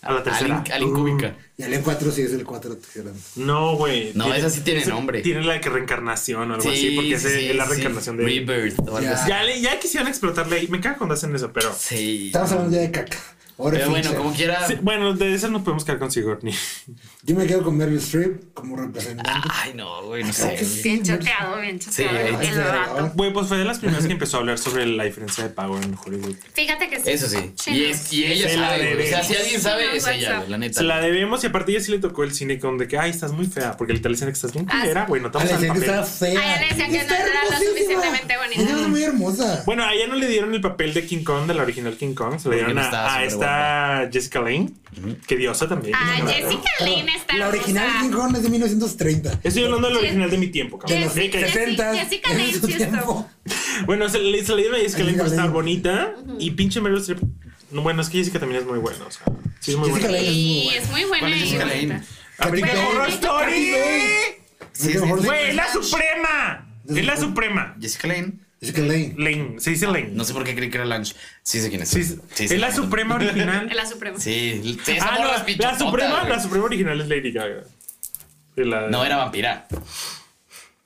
S2: A la tercera. Uh,
S3: Alien, Alien Cúbica.
S1: Y Alien 4 sí es el 4 grande.
S2: No, güey.
S3: No, esa sí tiene nombre.
S2: Tiene la que reencarnación o algo así, porque es, es la reencarnación de.
S3: Rebirth o algo
S1: Ya.
S3: así.
S2: Ya, le- ya quisieron explotarle ahí. Me cago cuando hacen eso, pero.
S3: Sí.
S1: Estamos hablando ya de caca. Ahora
S3: Pero
S1: sí,
S3: bueno,
S1: sí.
S3: como quiera.
S2: Sí, bueno, de esas nos podemos quedar con Sigourney. (laughs)
S1: Yo me quedo con Meryl Streep como
S2: Ah,
S1: representante. Ah,
S3: Ay, no, güey, no sé. güey.
S4: Bien choteado, bien choteado.
S3: Sí,
S4: el rato.
S2: Güey, pues fue de las primeras que empezó a hablar sobre la diferencia de pago en Hollywood.
S4: Fíjate que sí.
S3: Eso sí.
S4: Sí,
S3: Y,
S4: no.
S3: es, y ella
S2: Se la
S3: sabe, güey. O sea,
S2: debemos.
S3: si alguien
S4: Sí,
S3: sabe,
S4: no,
S3: es ella, güey, la neta.
S2: Se la debemos y aparte ella sí le tocó el cine con de que, ay, estás muy fea, porque literal dicen que estás bien
S4: Ah,
S2: culera, güey, no
S1: A
S2: te vamos
S1: la
S2: al
S1: decían que
S2: papel.
S1: estaba fea.
S4: A ella le decían que
S1: Está
S4: no era lo
S1: hermosísima.
S4: suficientemente bonita.
S1: Ella es muy hermosa.
S2: Bueno, a ella no le dieron el papel de King Kong, de la original King Kong, se le
S3: Porque
S2: dieron
S3: no
S2: a,
S3: estaba
S2: a
S3: súper
S2: esta está Jessica Lane, que diosa también.
S4: Ah,
S2: Claro.
S4: Jessica Lane está
S1: La original de King
S4: hermosa.
S1: Kong es de 1930.
S2: Estoy hablando del
S4: Je-
S2: original de mi tiempo,
S1: De
S2: cabrón.
S1: los
S2: Sí, que-
S1: 60.
S4: Jessica Lange sí estuvo.
S2: Bueno, se le se le dieron a Jessica Lange
S1: Jessica
S2: por estar
S1: Lange.
S2: bonita. Y pinche Meryl Streep. no, Bueno, es que Jessica también es muy buena. O sea, sí, es muy
S1: Jessica
S2: buena.
S1: Lange.
S4: Y es muy buena.
S5: ¿Cuál es
S4: y
S5: Jessica
S4: bonita.
S5: Lange?
S2: American
S4: Bueno,
S2: Horror
S4: Jessica
S2: Story.
S5: Sí,
S1: Jessica
S5: sí,
S1: Lange.
S2: Güey, es la suprema. Es la suprema.
S5: Jessica Lane.
S1: Jessica Lange.
S2: Lane, se dice Lane.
S3: No sé por qué creí que era Lange. Sí sé quién es.
S2: Sí,
S3: sé
S2: es la
S3: quién
S2: suprema original.
S1: (laughs)
S4: Es la suprema.
S3: (laughs) Sí, sí, esa
S2: ah,
S3: morra es
S2: no, la
S3: pinchotota,
S2: suprema,
S3: güey.
S2: la suprema original es Lady Gaga. Y la-
S3: No, era vampira.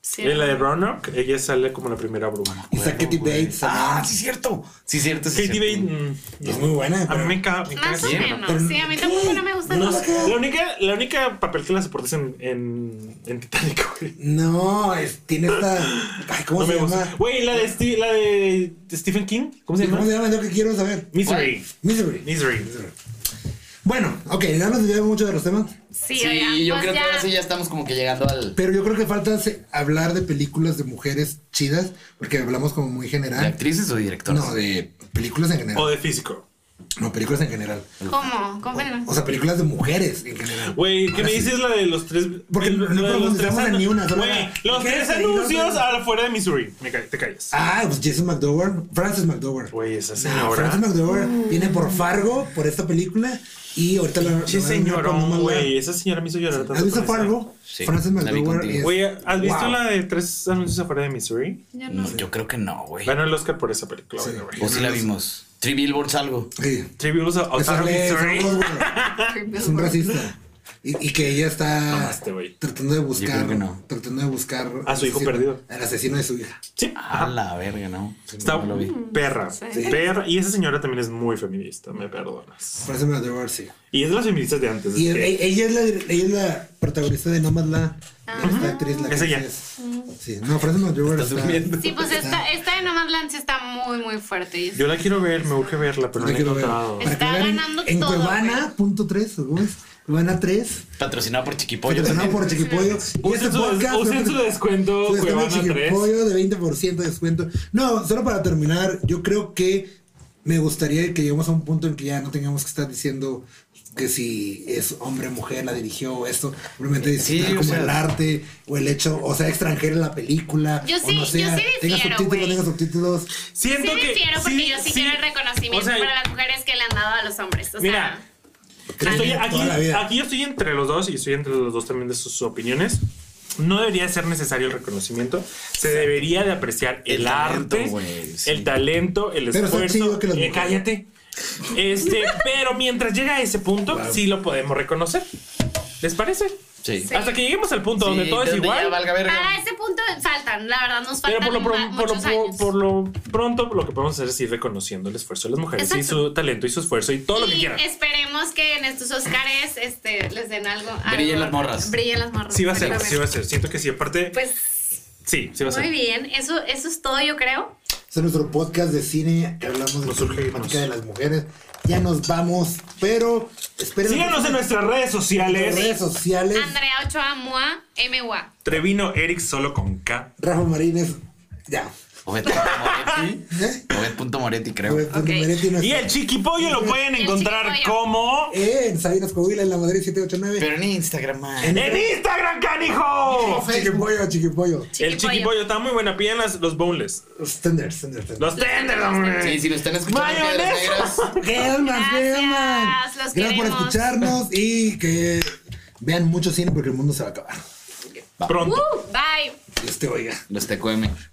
S4: Sí.
S2: y la de Roanoke, ella sale como la primera bruma.
S1: Y está Katie Bates.
S3: Ah, sí, es cierto. Sí, es cierto. Sí, es
S2: Katie Bates
S3: cierto.
S2: mm,
S1: Es muy buena.
S2: a mí
S1: pero-
S2: me caga. me caga
S4: Más o
S2: esa
S4: menos.
S2: morra.
S4: Sí, a mí tampoco no me gusta.
S1: No,
S4: tanto.
S1: es que-
S2: La única, la única papel que la soportes en, en, en Titanic, güey.
S1: No, es- tiene esta. Ay, ¿cómo
S2: No
S1: se
S2: me gusta.
S1: llama?
S2: Güey, la de, Steve- la de Stephen King. ¿Cómo se
S1: Sí,
S2: llama?
S1: ¿Cómo se llama? Yo que quiero saber.
S2: Misery.
S1: Misery.
S2: Misery.
S1: Bueno, ok, ya nos desviamos mucho de los temas.
S4: Sí,
S3: Sí,
S4: oigan,
S3: yo
S4: pues
S3: creo
S4: ya.
S3: que ahora sí ya estamos como que llegando al.
S1: Pero yo creo que falta se- hablar de películas de mujeres chidas, porque hablamos como muy
S2: ¿Ah?
S3: ¿De
S1: general.
S3: actrices o directoras?
S1: No, de películas en
S2: O
S1: general.
S2: de físico.
S1: No, películas en general.
S4: ¿Cómo? ¿Cómo general?
S2: Oh,
S1: O sea, películas de mujeres en general.
S2: Güey, ¿qué
S1: Ahora
S2: me
S1: Ah, sí.
S2: dices la de los tres?
S1: Porque
S2: la de
S1: no
S2: los tres
S1: profundizamos en
S2: anu-
S1: ni una, solo
S2: Güey,
S1: la-
S2: los
S1: ¿Qué
S2: tres
S1: es?
S2: anuncios
S1: No, no,
S2: afuera de Missouri. Me ca- te callas.
S1: Ah, pues Jason McDowell, Frances McDowell.
S2: Güey, esa
S1: No,
S2: señora.
S1: Frances McDowell viene por Fargo, por esta película, y ahorita la...
S2: Sí,
S1: la- la- la-
S2: señorón, güey. Esa señora me hizo llorar tanto.
S1: ¿Has visto
S2: con esa.
S1: Fargo?
S3: Sí,
S1: Frances
S3: la vi
S1: McDowell
S3: contigo.
S1: es-
S2: Güey, ¿has visto
S1: wow.
S2: la de tres anuncios afuera de Missouri?
S4: Yo no
S3: No,
S4: sé.
S3: Mm, yo creo que no, güey.
S2: Ganó el Oscar por esa película,
S1: Sí. Pues,
S2: güey, güey.
S3: O sí la vimos. Three Billboards algo.
S1: Sí.
S2: Tributos a
S1: Que
S2: Otaru
S1: sale
S2: Missouri.
S1: Fargo, güey.
S4: (laughs)
S1: Es un racista. Y, y que ella está
S2: Mamaste, güey.
S1: tratando de
S3: Yo
S1: buscar
S3: creo que no.
S1: tratando de buscar
S2: A su hijo
S1: asesino-
S2: perdido.
S1: Al asesino de su hija.
S2: Sí. Ah,
S3: A
S1: Ah,
S3: la verga, no.
S2: Está
S3: No lo vi.
S2: perra,
S4: Sí.
S2: perra. Y esa señora también es muy feminista, me perdonas.
S1: Frances McDowell, sí.
S2: Y es de las feministas de antes.
S1: Y
S2: es que-
S1: e- ella, es la, ella es la protagonista de Nomadland. Esta actriz, la que
S2: Es ella.
S1: es- Sí, no, Frances McDormand
S5: Está durmiendo.
S4: Sí, pues esta, esta de Nomadland sí está muy, muy fuerte. y es-
S2: Yo la quiero ver, me urge verla,
S1: Yo
S2: pero no
S1: la
S2: la he
S1: quiero ver.
S2: encontrado.
S4: Es- Está
S1: Para que vean
S4: ganando
S1: en,
S4: todo,
S1: En Cuevana, punto 3, ¿o cómo es? Cuevana 3.
S3: Patrocinado por Chiquipollo.
S1: Patrocinado por Chiquipollo. Y este
S2: Usen su- usen su descuento
S1: su descuento de
S2: Cuevana 3.
S1: Chiquipollo de 20% de descuento. No, solo para terminar, yo creo que me gustaría que lleguemos a un punto en que ya no tengamos que estar diciendo que si es hombre, mujer, la dirigió o esto. Simplemente disfrutar
S3: o
S1: como
S3: sea-
S1: el arte o el hecho, o sea, extranjera en la película.
S4: Yo
S1: o
S4: sí-
S1: no
S4: yo
S1: sea,
S4: sí
S1: Tenga
S4: difiero,
S1: subtítulos,
S4: güey.
S1: tenga subtítulos.
S4: Sí,
S2: Siento que.
S4: difiero porque yo sí, quiero el reconocimiento
S2: O sea,
S4: para las mujeres que le han dado a los hombres. O sea,
S2: Mira,
S1: Creo
S2: Estoy
S1: que
S2: aquí,
S1: toda la vida.
S2: aquí yo estoy entre los dos y estoy entre los dos también de sus opiniones. No debería ser necesario el reconocimiento. Se debería de apreciar el,
S3: El talento,
S2: arte,
S3: güey, sí.
S2: el talento, el
S1: Pero está
S2: esfuerzo.
S1: chido que las
S2: Eh,
S1: mujeres-
S2: cállate.
S4: (laughs)
S2: Este, pero mientras llega a ese punto,
S1: Claro.
S2: sí lo podemos reconocer. ¿Les parece?
S3: Sí.
S2: Hasta que lleguemos al punto donde
S3: Sí,
S2: todo es
S3: donde
S2: igual.
S3: ya valga verga.
S4: para ese punto faltan, la verdad, nos
S2: Pero
S4: faltan
S2: por lo, pro-
S4: ma-
S2: por, lo,
S4: muchos
S2: pro-
S4: años.
S2: por lo pronto, lo que podemos hacer es ir reconociendo el esfuerzo de las mujeres y
S4: Exacto.
S2: su talento y su esfuerzo y todo lo que
S4: Y
S2: quieran.
S4: esperemos que en estos Oscars este, les den algo.
S3: Brillen
S4: algo-
S3: las morras.
S4: Brillen las morras.
S2: Sí va a ser,
S4: exactamente.
S2: sí va a ser. Siento que sí. Aparte,
S4: Pues
S2: sí, sí va a ser.
S4: muy bien, eso, eso es todo, yo creo.
S1: Este es nuestro podcast de cine que hablamos de
S2: Nos
S1: la
S2: urgimos.
S1: problemática de las mujeres. Ya nos vamos, pero esperen.
S2: Síganos en nuestras redes
S1: las redes
S2: sociales.
S1: sociales.
S4: Andrea Ochoa Mua MUA.
S2: Trevino Eric solo con K.
S1: Rafa Marines, ya.
S2: (laughs)
S3: Obed.moretti.
S1: ¿Eh?
S3: Obed.moretti, creo.
S1: Pues,
S4: Ok.
S1: Benedetti nos-
S2: Y el chiquipollo lo pueden
S4: El
S2: encontrar
S4: chiquipollo.
S2: como
S1: Eh, en Sabinas Covila, en la Madrid 789.
S3: Pero en Instagram, man.
S1: En-
S2: en Instagram, canijo.
S1: Chiquipollo, chiquipollo.
S2: El chiquipollo está muy buena. Piden las- los boneless.
S1: Standard, standard, standard.
S2: Los tenders, hombre.
S3: Sí, si lo están escuchando, Piedras Negras.
S2: Mayonesa.
S1: Gelman,
S4: Gracias,
S1: Gelman.
S4: los
S1: Gracias por
S4: queremos.
S1: escucharnos y que vean mucho cine porque el mundo se va a acabar.
S2: Pronto.
S4: Uh, bye.
S1: Dios te oiga.
S3: Los TQM.